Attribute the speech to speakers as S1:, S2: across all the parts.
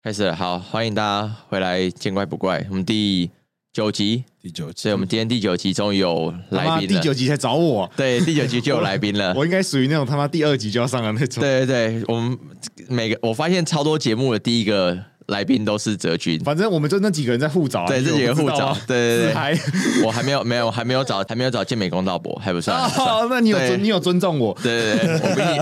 S1: 开始了，好，欢迎大家回来，见怪不怪。我们第九集，
S2: 第九集，
S1: 所以我们今天第九集终于有
S2: 他妈
S1: 来宾
S2: 第
S1: 了。
S2: 九集才找我，
S1: 对，第九集就有来宾了。
S2: 我应该属于那种他妈第二集就要上的那种。
S1: 对对对，我们每个我发现超多节目的第一个来宾都是哲君，
S2: 反正我们就那几个人在互找啊，
S1: 对，
S2: 你
S1: 这
S2: 以
S1: 几
S2: 为
S1: 个
S2: 我不
S1: 护
S2: 知道
S1: 照
S2: 吗，
S1: 对对
S2: 自
S1: 对，
S2: 嗨。
S1: 我还没有没有还没有找还没有找健美公道博，还不算。
S2: 哦， 那你有
S1: 对
S2: 尊你有尊重我，
S1: 对对对，我比你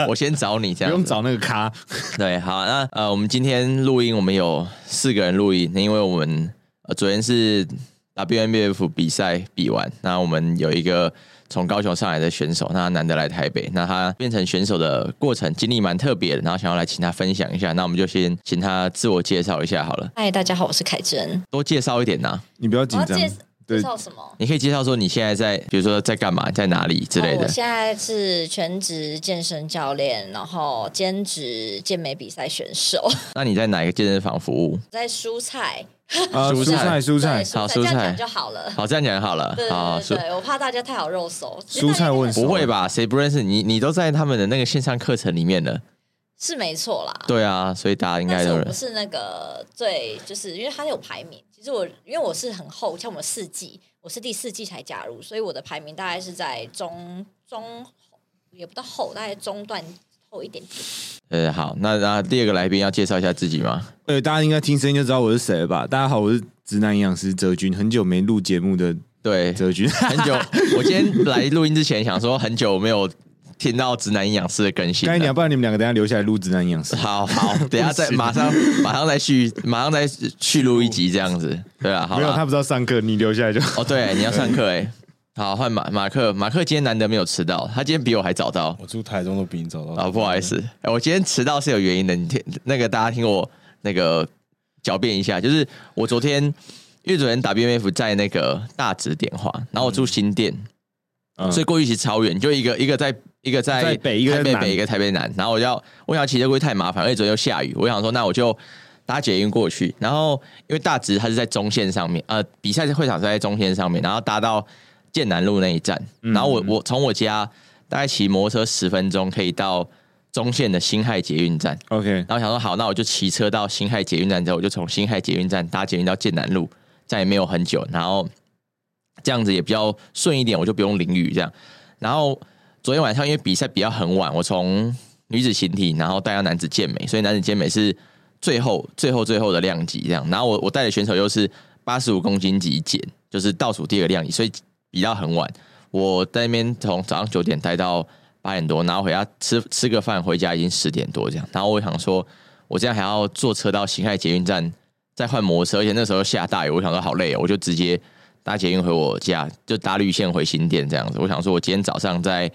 S1: 我我先找你这
S2: 不
S1: 样
S2: 用
S1: 子。
S2: 找那个咖。
S1: 对，好，那呃，我们今天录音，我们有四个人录音，因为我们、呃、昨天是 WNBF 比赛比完，那我们有一个从高雄上来的选手，那他难得来台北，那他变成选手的过程经历蛮特别的，然后想要来请他分享一下，那我们就先请他自我介绍一下好了，
S3: 嗨，大家好，我是凯珍。
S1: 多介绍一点呐、
S2: 你不要
S3: 我
S2: 紧
S3: 要
S2: 张
S3: 介，
S2: 对
S3: 介绍什么？
S1: 你可以介绍说你现在在，比如说在干嘛，在哪里之类
S3: 哦
S1: 的
S3: 我。现在是全职健身教练，然后兼职健美比赛选手，
S1: 那你在哪一个健身房服务？
S3: 在蔬菜，
S2: 啊，
S1: 蔬
S2: 蔬
S1: 菜
S2: 菜蔬
S3: 对
S2: 菜，
S1: 好蔬
S3: 蔬菜这
S1: 菜
S3: 样讲就好了。
S1: 好，这样讲好了。
S3: 对
S1: 好，
S3: 对
S1: 是
S3: 对对，我怕大家太好肉搜。其实
S2: 蔬菜
S3: 大家
S2: 问
S3: 应该
S2: 熟
S1: 不会吧？谁不认识你？你都在他们的那个线上课程里面了。
S3: 是没错啦，
S1: 对啊，所以大家应
S3: 但
S1: 该
S3: 是
S1: 都
S3: 我
S1: 认
S3: 不。是那个最，就是因为它有排名。其实我因为我是很后，像我们四季，我是第四季才加入，所以我的排名大概是在中中也不到后，大概中段后一点点。
S1: 呃，好，那那第二个来宾要介绍一下自己吗？
S2: 呃，大家应该听声音就知道我是谁了吧？大家好，我是直男营养师哲君，很久没录节目的
S1: 对，
S2: 哲君。
S1: 很久，我今天来录音之前想说很久没有听到直男营养师的更新
S2: 该你啊，
S1: 了。
S2: 不然你们两个等一下留下来录直男营养师。
S1: 好好，等一下再
S2: 不行
S1: 马上马上再续，马上再续录一集这样子。对啊，好
S2: 没有，他
S1: 了。
S2: 不知道上课，你留下来就。
S1: 哦，对，你要上课哎、好，换马马克，马克今天难得没有迟到，他今天比我还早到。
S4: 我住台中都比你早到
S2: 哦
S1: 啊、不好意，思，哎我今天迟到是有原因的。你听那个大家听我那个狡辩一下，就是我昨天因为昨天打 BMF 在那个大直电话，然后我住新店，
S2: 嗯
S1: 所以过去其实超远，就一个一个在一个在
S2: 在北一个在
S1: 台北
S2: 南
S1: 北一个台北南，然后我要我想骑车过去太麻烦，而且昨天又下雨，我想说那我就搭捷运过去，然后因为大直它是在中线上面，呃，比赛会场是在中线上面，然后搭到剑南路那一站，
S2: 嗯
S1: 然后我我从我家大概骑摩托车十分钟可以到中线的新海捷运站，
S2: OK，
S1: 然后想说好，那我就骑车到新海捷运站之后，我就从新海捷运站搭捷运到剑南路，这样也没有很久，然后这样子也比较顺一点，我就不用淋雨这样。然后昨天晚上因为比赛比较很晚，我从女子形体，然后带到男子健美，所以男子健美是最后最后最后的量级这样。然后我我带的选手又是八十五公斤级减，就是倒数第二个量级，所以比到很晚。我在那边从早上九点待到八点多，然后回家吃吃个饭，回家已经十点多这样。然后我想说，我这样还要坐车到新海捷运站，再换摩托车，而且那时候下大雨，我想说好累、哦，我就直接搭捷运回我家，就搭绿线回新店这样子。我想说，我今天早上再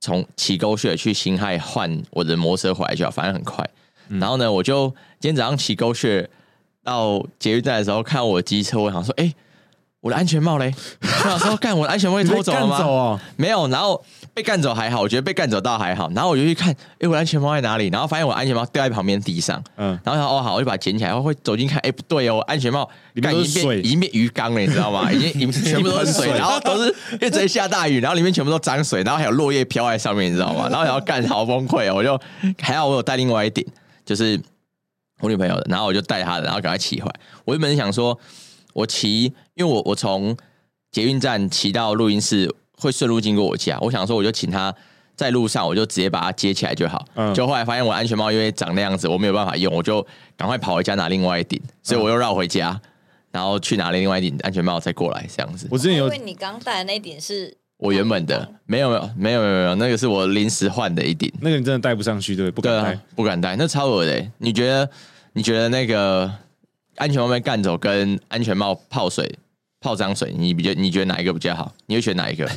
S1: 从骑狗血去新海换我的摩托车回来就好，反正很快。
S2: 嗯
S1: 然后呢，我就今天早上骑狗血到捷运站的时候，看我机车，我想说，哎、我的安全帽嘞！我想说，干我的安全帽被
S2: 你
S1: 偷
S2: 被
S1: 走了
S2: 干
S1: 吗？
S2: 走哦，
S1: 没有，然后被干走还好，我觉得被干走倒还好。然后我就去看，哎，我的安全帽在哪里？然后发现我的安全帽掉在旁边地上。
S2: 嗯，
S1: 然后想哦好，我就把它捡起来，然后会走近看，哎不对哦，安全帽
S2: 里面
S1: 干
S2: 都
S1: 已
S2: 是
S1: 经变
S2: 水
S1: 已经变鱼缸了，你知道吗？已经已经 全部都是水，然后都是因为昨天下大雨，然后里面全部都脏水，然后还有落叶飘在上面，你知道吗？然后然后干好崩溃哦，我就还好我有带另外一顶，就是我女朋友的，然后我就带她的，然后赶快骑回来。我原本想说，我骑，因为我我从捷运站骑到录音室会顺路经过我家，我想说我就请她在路上，我就直接把她接起来就好。
S2: 嗯
S1: 就后来发现我安全帽因为长那样子，我没有办法用，我就赶快跑回家拿另外一顶，
S2: 嗯
S1: 所以我又绕回家，然后去拿了另外一顶安全帽再过来这样子。
S2: 我之前有
S3: 因为你刚戴的那顶是
S1: 我原本的没有没有没有没有没有，那个是我临时换的一顶。
S2: 那个你真的带不上去，对不对？
S1: 对
S2: 不敢带
S1: 啊。，不敢戴，那超恶的欸。你觉得你觉得那个安全帽被干走跟安全帽泡水泡脏水，你比较你觉得哪一个比较好？你会选哪一 个？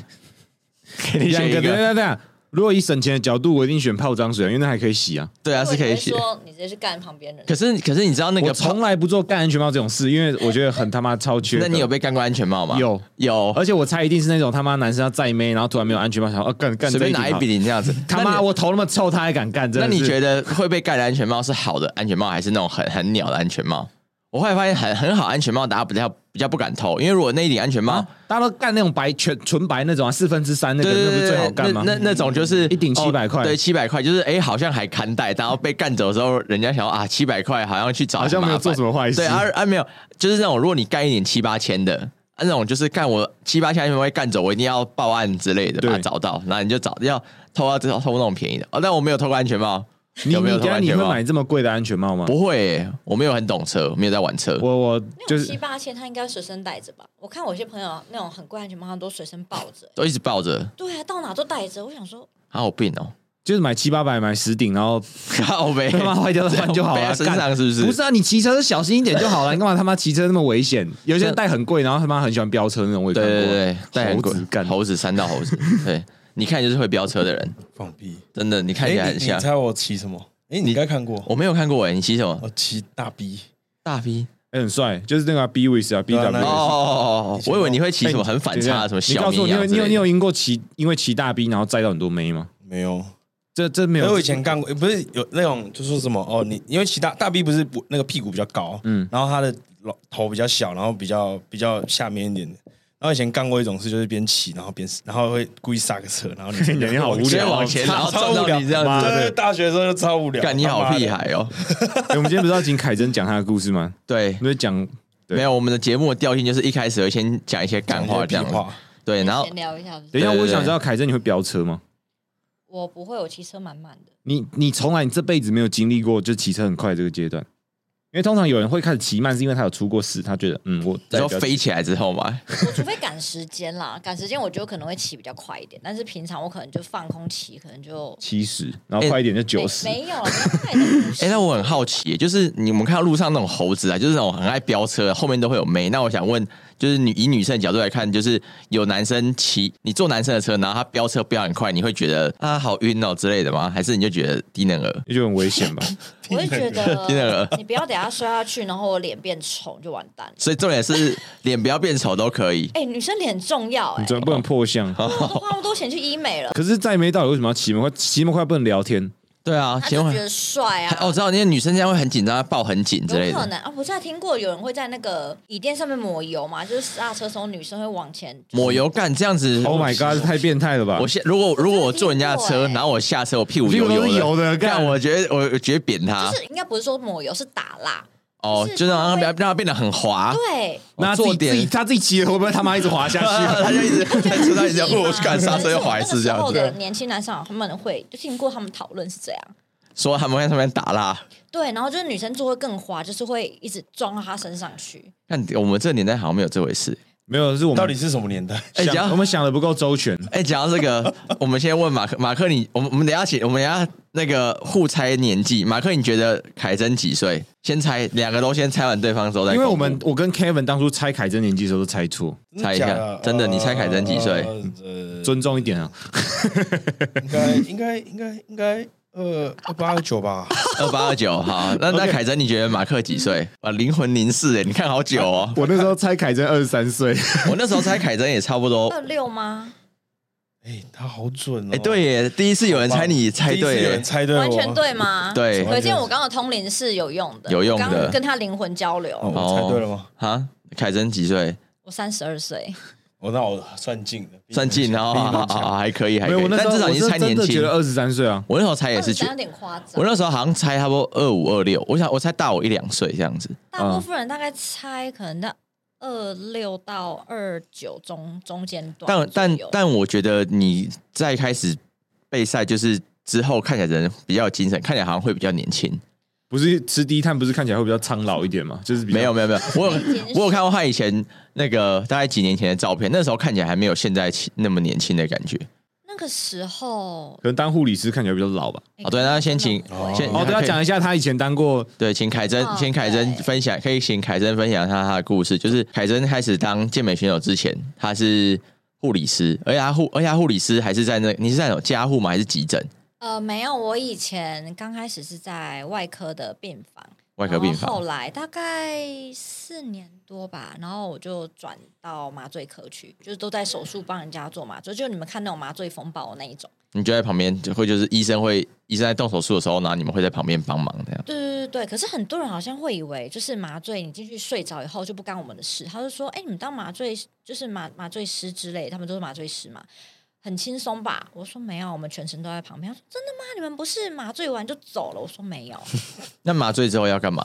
S1: 给你
S2: 两
S1: 啊选一
S2: 个，等一
S1: 个。
S2: 下等一下，如果以省钱的角度，我一定选泡脏水，因为那还可以洗啊。
S1: 对啊，
S3: 我
S1: 是可以
S3: 会
S1: 写。
S3: 说你直接去干旁边人。
S1: 可是可是你知道那
S2: 我
S1: 个泡
S2: 从，来不做盖安全帽这种事，因为我觉得很他妈超 缺。
S1: 那你有？ 被干过安全帽吗？
S2: 有
S1: 有，
S2: 而且我猜一定是那种他妈男生要载妹，然后突然没有安全帽，想要干干
S1: 随
S2: 这
S1: 便
S2: 一
S1: 拿一
S2: 顶好
S1: 笔你这样子。
S2: 他
S1: 那
S2: 妈
S1: 你
S2: 我头那么臭，他还敢干？真
S1: 那
S2: 的
S1: 你
S2: 是
S1: 觉得会被盖的安全帽是好的安全帽，还是那种很很鸟的安全帽？我后来发现很很好，安全帽大家比较比较不敢偷，因为如果那一顶安全帽，
S2: 啊，大家都干那种白全纯白那种啊，四分之三那个，
S1: 对
S2: 那
S1: 对
S2: 不
S1: 对对
S2: 是最好干吗？
S1: 那那 那种就是
S2: 一顶
S1: 哦
S2: 700块
S1: 对，七百块就是哎、好像还看待，然后被干走的时候，人家想要啊，七百块好像去找
S4: 好像没有做什
S1: 么
S4: 么坏
S1: 麻
S4: 事。
S1: 烦，对啊啊没有，就是那种如果你干一点七八千的，啊那种就是干我七八千安全帽被干走，我一定要报案之类的，
S2: 对
S1: 把它找到，那你就找要偷到这偷那种便宜的，哦，但我没有偷过安全帽，
S2: 你
S1: 有没有
S2: 你
S1: 偷
S2: 等下
S1: 安
S2: 你
S1: 全
S2: 会
S1: 帽？
S2: 买这么贵的安全帽吗？
S1: 不会耶、我没有很懂车，没有在玩车。
S2: 我我
S3: 那
S2: 就是
S3: 种七八千，他应该随身带着吧？我看我有些朋友那种很贵安全帽，他都随身抱着、
S1: 都一直抱着，
S3: 对啊，到哪都带着。我想说，
S1: 好有病哦！
S2: 就是买七八百买十顶，然后
S1: 靠呗，
S2: 他妈坏掉再换就 好了
S1: 背在身上
S2: 干
S1: 是不是？
S2: 不是啊，你骑车就小心一点就好了，你干嘛他妈骑车那么危险？有些人戴很贵，然后他妈很喜欢飙车那种，我也看
S1: 对
S2: 过。
S1: 对对，带很
S2: 猴子
S1: 滚
S2: 干
S1: 猴子三道猴子，对，你看就是会飙车的人，
S4: 放屁！
S1: 真的，你看起来
S4: 哎，
S1: 很
S4: 你
S1: 像
S4: 你。猜我骑什么？哎，你应该看过，
S1: 我没有看过哎，你骑什么？
S4: 我骑大 B，
S1: 大 V
S2: 哎，很帅，就是那个 B w i s 啊，B
S4: 对
S2: W
S4: 啊
S2: S
S4: 那
S1: 哦
S4: 个
S1: 哦哦哦
S4: 以，前
S1: 我以为你会
S2: 哎
S1: 骑什么很反差，什么
S2: 你
S1: 小
S2: 告诉我，
S1: 绵
S2: 你
S1: 羊
S2: 有
S1: 之
S2: 你有
S1: 类
S2: 你
S1: 的。
S2: 有赢过骑，因为骑大 B 然后载到很多妹吗？
S4: 没有。
S2: 这这没
S4: 因为
S2: 有，
S4: 我以前干过，不是有那种就说什么哦，你因为骑大大 B 不是不那个屁股比较高，
S2: 嗯
S4: 嗯，然后他的老头比较小，然后比较比较下面一点的。然后以前干过一种事，就是边骑然后边然后会故意刹个车，然后你
S2: 你好 无聊哦
S1: 往前，然后
S4: 超
S1: 撞
S4: 无
S1: 到
S4: 聊
S1: 你这样
S2: 妈
S1: 子，
S4: 对，大学的时候就超无聊。
S1: 干你好
S4: 他妈的
S1: 屁！孩哦！
S2: 哎我们今天不是要请凯珍讲他的故事吗？
S1: 对
S2: 我，们在讲对
S1: 没有，我们的节目的调性就是一开始会先讲一些干
S4: 讲
S1: 话
S4: 话
S1: 这
S4: 屁
S1: 样子，
S4: 话，
S1: 对，哎然后
S3: 闲聊一下是不是
S2: 等一下，
S1: 对对
S2: 我想知道凯珍你会飙车吗？
S3: 我不会，我骑车满满的。
S2: 你你从来你这辈子没有经历过就骑车很快这个阶段，因为通常有人会开始骑慢，是因为他有出过事，他觉得嗯我
S1: 你
S2: 再也
S1: 说
S2: 不要
S1: 飞起来之后嘛，
S3: 我除非赶时间啦， 赶时间我觉得可能会骑比较快一点，但是平常我可能就放空骑，可能就
S2: 七十，然后快一点就九十、
S3: 哎没没有了，太的
S1: 哎、那我很好奇，就是你们看到路上那种猴子啊，就是那种很爱飙车，后面都会有妹。那我想问，就是女以女生的角度来看，就是有男生骑你坐男生的车，然后他飙车飙很快，你会觉得啊好晕哦之类的吗？还是你就觉得低能儿？
S2: 也就很危险吧？
S3: 我会觉
S1: 听那
S3: 得
S1: 个
S3: 你不要等下摔下去，然后我脸变丑就完蛋了。
S1: 所以重点是脸不要变丑都可以。
S3: 哎、女生脸很重要哎、
S2: 你真的不能破相。
S3: 我都花那么多钱去医美了，
S2: 可是再没道理，为什么要骑那么快？骑那么快不能聊天？
S1: 对啊，
S3: 他
S1: 请
S3: 就
S1: 问
S3: 觉，得帅啊
S1: 还。哦，我知道那些女生这样会很紧张，抱很紧之类
S3: 有可
S1: 的，
S3: 能啊！我之前听过有人会在那个椅垫上面抹油嘛，就是刹车的时候女生会往前
S1: 抹油干这样子。
S2: Oh my god，太变态了吧
S1: 我！现如果如果我坐人家的
S3: 我真
S1: 车，
S3: 的听过欸
S1: 然后我下车，我屁股
S4: 屁
S1: 油
S4: 股都是油的干
S1: 干我觉得我我觉得扁他
S3: 就是应该不是说抹油，是打蜡。
S1: 哦，
S3: 就是
S1: 就是让
S3: 会
S1: 他让他变得很滑。
S3: 对，
S2: 那他自
S1: 坐
S2: 己自己
S1: 点，
S2: 他自己骑了会不会他妈一直滑下去？
S1: 他就一直他车上一直讲，
S3: 啊就是
S1: 哦，我去赶刹车又滑一次这样
S3: 那个时候的
S1: 子，啊
S3: 年轻男生他们会就听过他们讨论是这样，
S1: 说他们在上面打蜡。
S3: 对，然后就是女生坐会更滑，就是会一直撞到他身上去。
S1: 看我们这个年代好像没有这回事。
S2: 没有，是我们
S4: 到底是什么年代？
S1: 哎，
S2: 想
S1: 讲
S2: 我们想的不够周全。
S1: 哎，讲到这个，我们先问马克，马克你，我们我们等一下写，我们等一下那个互猜年纪。马克，你觉得凯珍几岁？先猜，两个都先猜完对方之后再
S2: 因
S1: 公布。
S2: 为我们我跟 Kevin 当初猜凯珍年纪的时候都猜错，
S1: 猜一下
S4: 真的假的
S1: 真的你猜凯珍几岁
S4: 呃，呃
S2: 尊重一点啊！
S4: 应该应该应该应该呃二八二九吧。
S1: 二八二九，好，那 那凯珍，你觉得马克几岁？啊，灵魂凝视，哎，你看好久哦。
S2: 我那 时候猜凯珍二十三岁，
S1: 我那时候猜凯珍也差不多
S3: 二六吗？
S4: 哎，他好准哦！
S1: 哎、对耶，第一次有人猜你猜
S4: 第一次
S1: 对
S4: 有
S1: 耶
S4: 人，猜对我，
S3: 完全对吗？
S1: 对
S3: 可见我刚刚的通灵是有用的，
S1: 有用的
S3: 我刚刚跟他灵魂交流。
S4: 哦，我猜对了吗？
S1: 啊，凯珍几岁？
S3: 我三十二岁，
S4: 我哦那我算近的，
S1: 算近哦，
S4: 比你
S1: 好
S4: 们
S1: 好
S4: 强
S1: 好还可以，还
S2: 没
S1: 可
S2: 有，
S1: 以
S2: 我，那时
S1: 但
S2: 候
S1: 至少
S2: 我
S1: 你是
S2: 是
S1: 猜
S2: 真
S1: 年
S2: 的觉
S1: 轻
S2: 得。二十三岁啊。
S1: 我那时候猜哎也是
S3: 23
S1: 觉
S3: 有，点夸张
S1: 我。那时候好像猜差不多二五二六，我想我猜大我一两岁这样子。
S3: 大部分人大概猜可能在二六到二九中中间段
S1: 但
S3: 左
S1: 但
S3: 右，
S1: 但我觉得你在开始备赛就是之后看起来人比较有精神，看起来好像会比较年轻。
S2: 不是吃低碳，不是看起来会比较苍老一点嘛？就是比较
S1: 没有没有没有，我有
S3: 年轻
S1: 我有看过他以前那个大概几年前的照片，那时候看起来还没有现在起那么年轻的感觉。
S3: 那个时候
S2: 可能当护理师看起来比较老吧。
S3: 哎
S1: 哦对那先请
S3: 啊
S4: 哦
S1: 先
S2: 哦，对，要讲一下，他以前 当过
S1: 对，请凯珍
S3: 哦，
S1: 请凯珍
S3: 对
S1: 分享，可以请凯珍分享一下她的故事。就是凯珍开始当健美选手之前，她是护理师，而且她护，而且她护理师还是在那，你是在那种加护吗？还是急诊？
S3: 呃，没有，我以前刚开始是在外科的病房，
S1: 外科病
S3: 然哦后后
S1: 房？
S3: 来大概四年多吧，然后我就转到麻醉科去，就是都在手术帮人家做麻醉，就你们看那种麻醉风暴那一种，
S1: 你就在旁边，就会就是医生会医生在动手术的时候，然后你们会在旁边帮忙这样。
S3: 对对对对，可是很多人好像会以为，就是麻醉你进去睡着以后就不干我们的事。他就说：“哎、你们当麻醉就是麻麻醉师之类，他们都是麻醉师嘛，很轻松吧？”我说：“没有，我们全程都在旁边。”他说：“真的吗？你们不是麻醉完就走了？”我说：“没有。
S1: 那麻醉之后要干嘛？”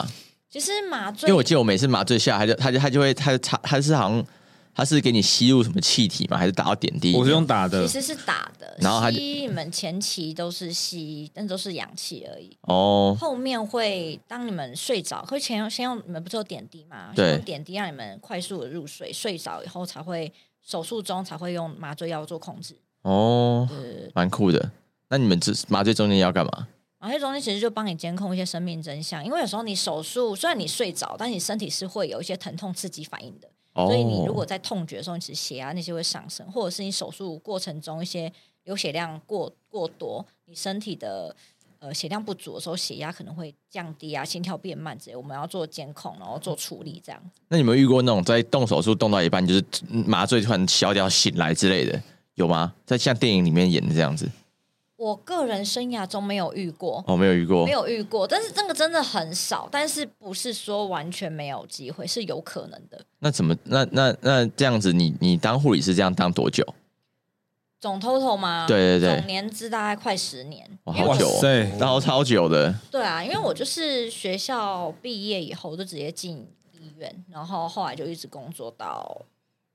S3: 其实麻
S1: 因
S3: 醉，
S1: 为我记得我每次麻醉下，他就他就他就会他就插他是好像他是给你吸入什么气体嘛，还是打到点滴？
S2: 我是用打的
S3: 其，实是打的，
S1: 然后他就
S3: 吸你们前期都是吸，但都是氧气而已。
S1: 哦，
S3: 后面会当你们睡着，会先用先用你们不是有点滴嘛？
S1: 对
S3: 先用点滴让你们快速的入睡，睡着以后才会手术中才会用麻醉药做控制。
S1: 哦，
S3: 呃，
S1: 蛮酷的。那你们这麻醉中间要干嘛？
S3: 麻醉中间其实就帮你监控一些生命真相，因为有时候你手术虽然你睡着，但你身体是会有一些疼痛刺激反应的，
S1: 哦，
S3: 所以你如果在痛觉的时候，你其实血压那些会上升，或者是你手术过程中一些流血量过过多，你身体的呃血量不足的时候，血压可能会降低啊，心跳变慢之类，我们要做监控，然后做处理这样。
S1: 那你们遇过那种在动手术动到一半，就是嗯麻醉突然消掉醒来之类的，有吗？在像电影里面演的这样子？
S3: 我个人生涯中没有遇过，
S1: 哦，没有遇过
S3: 没。有遇过，但是那个真的很少，但是不是说完全没有机会，是有可能的。
S1: 那怎么？那那那这样子你，你当护理师这样当多久？
S3: 总 total 吗？
S1: 对对对
S3: 总年资大概快十年。
S1: 哇，
S3: 因为
S1: 好
S3: 我
S1: 久、哦，
S2: 塞，
S1: 然后超久的。
S3: 对啊，因为我就是学校毕业以后就直接进医院，然后后来就一直工作到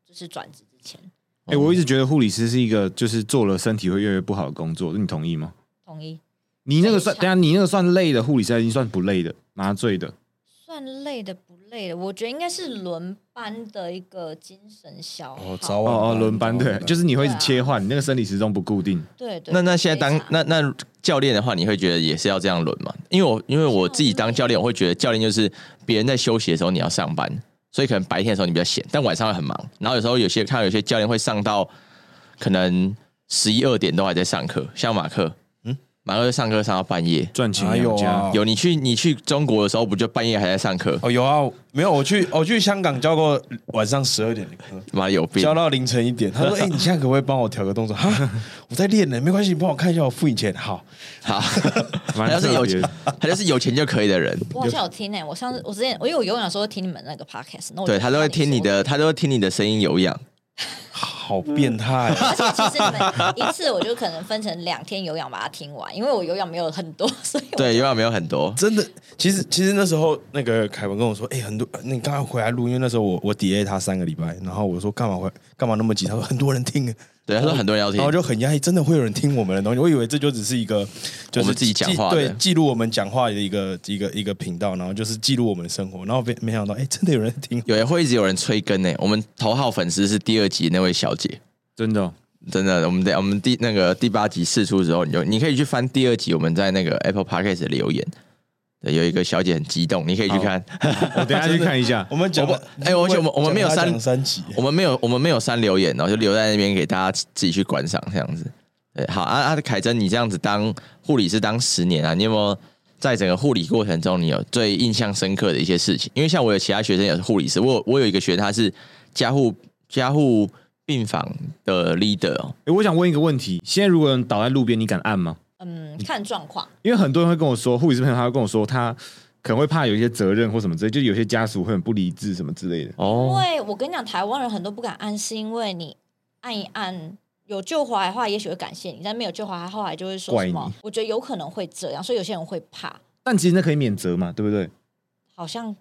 S3: 就是转职之前。
S1: 嗯
S2: 哎、我一直觉得护理师是一个就是做了身体会越来越不好的工作，你同意吗？
S3: 同意，
S2: 你那个算，
S3: 非常
S2: 等一下你那个算累的护理师，已经算不累的麻醉的。
S3: 算累的不累的，我觉得应该是轮班的一个精神消耗。
S4: 哦，早晚
S2: 哦哦，轮班对， 就是是你会一直切换，你那个生理时钟不固定。
S3: 对对。
S1: 那那现在
S3: 非
S1: 当
S3: 常
S1: 那那教练的话，你会觉得也是要这样轮吗？因为我因为我自己当教练，我会觉得教练就是别人在休息的时候你要上班，所以可能白天的时候你比较闲，但晚上会很忙。然后有时候有些看到有些教练会上到可能十一二点都还在上课，像马克，嗯
S4: 嗯，
S1: 马克上课上到半夜。
S2: 赚钱
S4: 哪有
S2: 养家
S4: 啊？
S1: 有你去你去中国的时候，不就半夜还在上课？
S4: 哦，有啊，没有，我去我去香港教过晚上十二点的课。
S1: 妈有病
S4: 教！到凌晨一点，他说：“哎、你现在可不可以帮我调个动作？哈，我在练呢，没关系，你帮我看一下我付你钱。好，
S1: 好，
S2: 蛮
S1: 他就是有
S2: 特别
S1: 钱
S2: 的。，
S1: 他就是有钱就可以的人。
S3: 我好像有听诶、欸我上次我之前因为我有氧的时候会听你们那个 podcast，那我就
S1: 对他都会听你
S3: 说。
S1: 的，他都会听你的声音有氧。
S4: 好变态、啊
S3: 而且其实你们一次我就可能分成两天有氧把它听完，因为我有氧没有很多，所以我
S1: 对，有氧没有很多。
S4: 真的。其实其实那时候那个凯文跟我说：“哎、很多，那你刚刚回来录，因为那时候我我 delay 他三个礼拜，然后我说干嘛回干嘛那么急？他说很多人听，啊
S1: 对，他说很多人要听
S4: 然后。哦就很压抑，真的会有人听我们的东西。我以为这就只是一个就是
S1: 我们自己讲话
S4: 记
S1: 的
S4: 对，记录我们讲话的一个一个一个频道，然后就是记录我们的生活。然后没没想到，哎、真的有人听。”
S1: 有人会一直有人催更呢、我们头号粉丝是第二集那位小姐，
S2: 真的哦、
S1: 真的，我们在我们第那个第八集试出之后，你就你可以去翻第二集，我们在那个 Apple Podcast 的留言，对，有一个小姐很激动，你可以去看。
S2: 我等一下去看 一下。
S4: 我们讲了，
S1: 我哎我我们我们没有
S4: 讲了
S1: 删
S4: 讲三集，
S1: 我们没有我们没有删留言哦，然后就留在那边给大家自己去观赏这样子。对，好啊啊，凯珍，你这样子当护理师当十年啊，你有没有在整个护理过程中，你有最印象深刻的一些事情？因为像我有其他学生也是护理师，我有我有一个学生他是加护加护病房的 leader 哦，
S2: 哎、我想问一个问题：现在如果有人倒在路边，你敢按吗？
S3: 嗯看状况。
S2: 因为很多人会跟我说，护理师朋友他会跟我说，他可能会怕有一些责任或什么之类，就有些家属会很不理智什么之类的。
S3: 因
S1: 哦，
S3: 为我跟你讲，台湾人很多不敢按，是因为你按一按有救回来的话，也许会感谢你；但没有救回来，后来就会说
S2: 怪
S3: 什
S2: 你
S3: 么？我觉得有可能会这样，所以有些人会怕。
S2: 但其实那可以免责嘛，对不对？
S3: 好像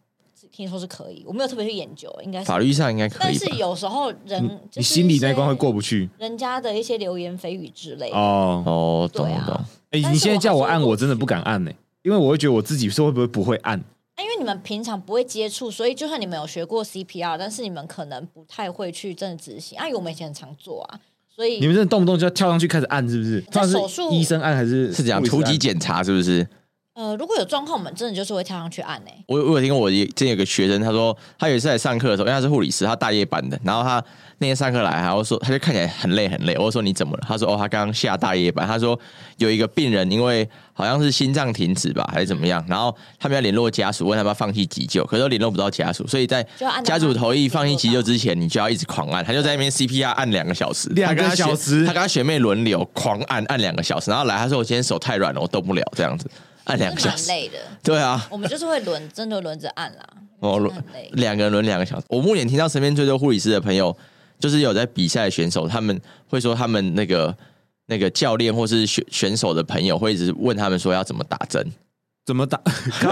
S3: 听说是可以，我没有特别去研究，应该是。
S1: 法律上应该可
S3: 但
S1: 以
S3: 是
S1: 吧？
S3: 有时候人
S2: 你
S3: 嗯就是
S2: 你心里那一关会
S3: 一些
S2: 过不去
S3: 人家的一些流言蜚语之类的。
S2: 哦。
S1: 哦，懂
S3: 对啊
S1: 懂，
S2: 哎、
S3: 但是
S2: 你现在叫我按，
S3: 我
S2: 我真的不敢按呢、因为我会觉得我自己是会不会不会按。
S3: 啊因为你们平常不会接触，所以就算你们有学过 CPR，但是你们可能不太会去真的执行。啊，因为我们以前很常做啊，所以
S2: 你们真的动不动就要跳上去开始按，是不是？
S3: 在
S2: 到底
S3: 手术
S2: 是医生按还是
S1: 是这样，
S2: 护理师
S1: 突
S2: 按
S1: 击检查是不是？
S3: 呃，如果有状况，我们真的就是会跳上去按诶、欸
S1: 我我有听过我一之前有个学生，他说他有一次来上课的时候，因为他是护理师，他大夜班的，然后他那天上课来，然后说他就看起来很累很累，我就说你怎么了？他说哦，他刚下大夜班，他说有一个病人因为好像是心脏停止吧，还是怎么样，然后他们要联络家属，问他们要放弃急救，可是都联络不到家属，所以在
S3: 就按
S1: 家
S3: 照
S1: 属同意放弃急救
S3: 他
S1: 之前，你就要一直狂按，他就在那边 CPR 按两个小时，
S2: 两个
S1: 他跟他学
S2: 小时
S1: 他跟他学妹轮流狂按按两个小时，然后来他说我今天手太软了，我动不了这样子，按
S2: 哎
S1: 两个
S3: 是
S1: 小
S3: 蛮
S1: 时，
S3: 累的。
S1: 对啊，
S3: 我们就是会轮，真的轮着按啦。
S1: 哦，
S3: 真
S1: 轮
S3: 的很累。
S1: 两个人轮两个小时。我目前听到身边最多护理师的朋友，就是有在比赛的选手，他们会说他们那个那个教练或是选选手的朋友会一直问他们说要怎么打针，
S2: 怎 么打？靠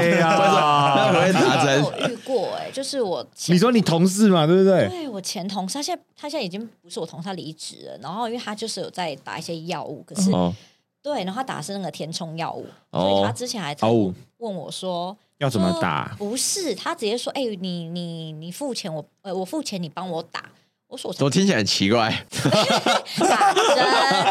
S2: 背
S1: 他
S2: 啊！
S1: 们会打针
S3: 我。有遇过哎、就是我前
S2: 你说你同事嘛，对不对？
S3: 对我前同事，他现在他现在已经不是我同事，他离职了。然后因为他就是有在打一些药物，可是、
S1: 哦，
S3: 对，然后他打的是那个填充药物，所
S1: 哦
S3: 以他之前还
S2: 哦
S3: 问我说
S2: 要怎么打？
S3: 不是，他直接说哎、你你你付钱我呃我付钱你帮我打，我说我
S1: 我听起来很奇怪，
S3: 打针
S1: 打
S2: 你
S3: 打针，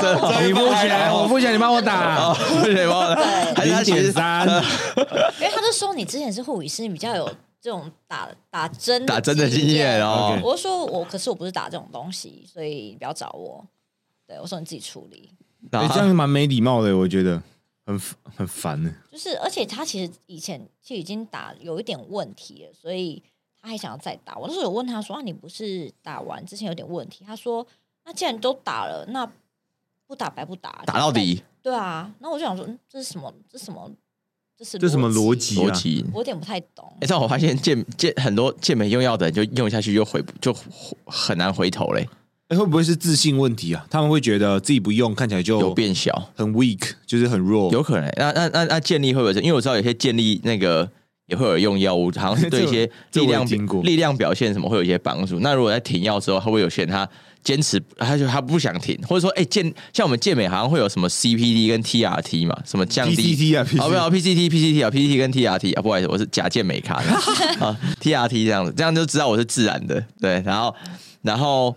S1: 针
S2: 哦你付钱，我付钱，你帮我
S1: 哦
S2: 打。
S1: 对吧？还是他
S2: 零
S1: 其
S2: 点
S1: 实
S2: 三，
S3: 因为他就说你之前是护理师，你比较有这种打打针
S1: 打针的经验。哦
S2: OK
S3: 我就说我可是我不是打这种东西，所以你不要找我。哦对我说你自己处理。
S1: 然
S2: 哎
S1: 后
S2: 这样蛮没礼貌的，我觉得很很烦的。
S3: 就是，而且他其实以前就已经打有一点问题了，所以他还想要再打。我那时候有问他说：“啊，你不是打完之前有点问题？”他说：“那既然都打了，那不打白不打，
S1: 打到。底”
S3: 对啊，那我就想说，嗯，这是什么？这是什么？这是
S2: 这什么逻辑
S1: 逻辑。
S3: 我有点不太懂。
S1: 哎，但我发现健健很多健美用药的人，就用下去就回就很难回头嘞，
S2: 哎，会不会是自信问题啊？他们会觉得自己不用，看起来
S1: 有
S2: 就
S1: 变小。
S2: 很 weak，就是很弱。
S1: 有可能。那那那那建立会不会是？因为我知道有些建立那个也会有用药物，好像是对一些
S2: 这
S1: 力
S2: 我
S1: 量
S2: 这我也听过
S1: 力量表现什么会有一些帮助。那如果在停药之后，会不会有些人他坚持，他就他不想停，或者说哎、健像我们健美好像会有什么 CPD 跟 TRT 嘛，什么降低。
S2: PCT 啊
S1: 哦，不
S2: ，PCT
S1: 要 PCT PCT 啊，PCT 跟 TRT 啊，不好意思，我是假健美 卡的啊，TRT 这样子，这样就知道我是自然的，对，然后然后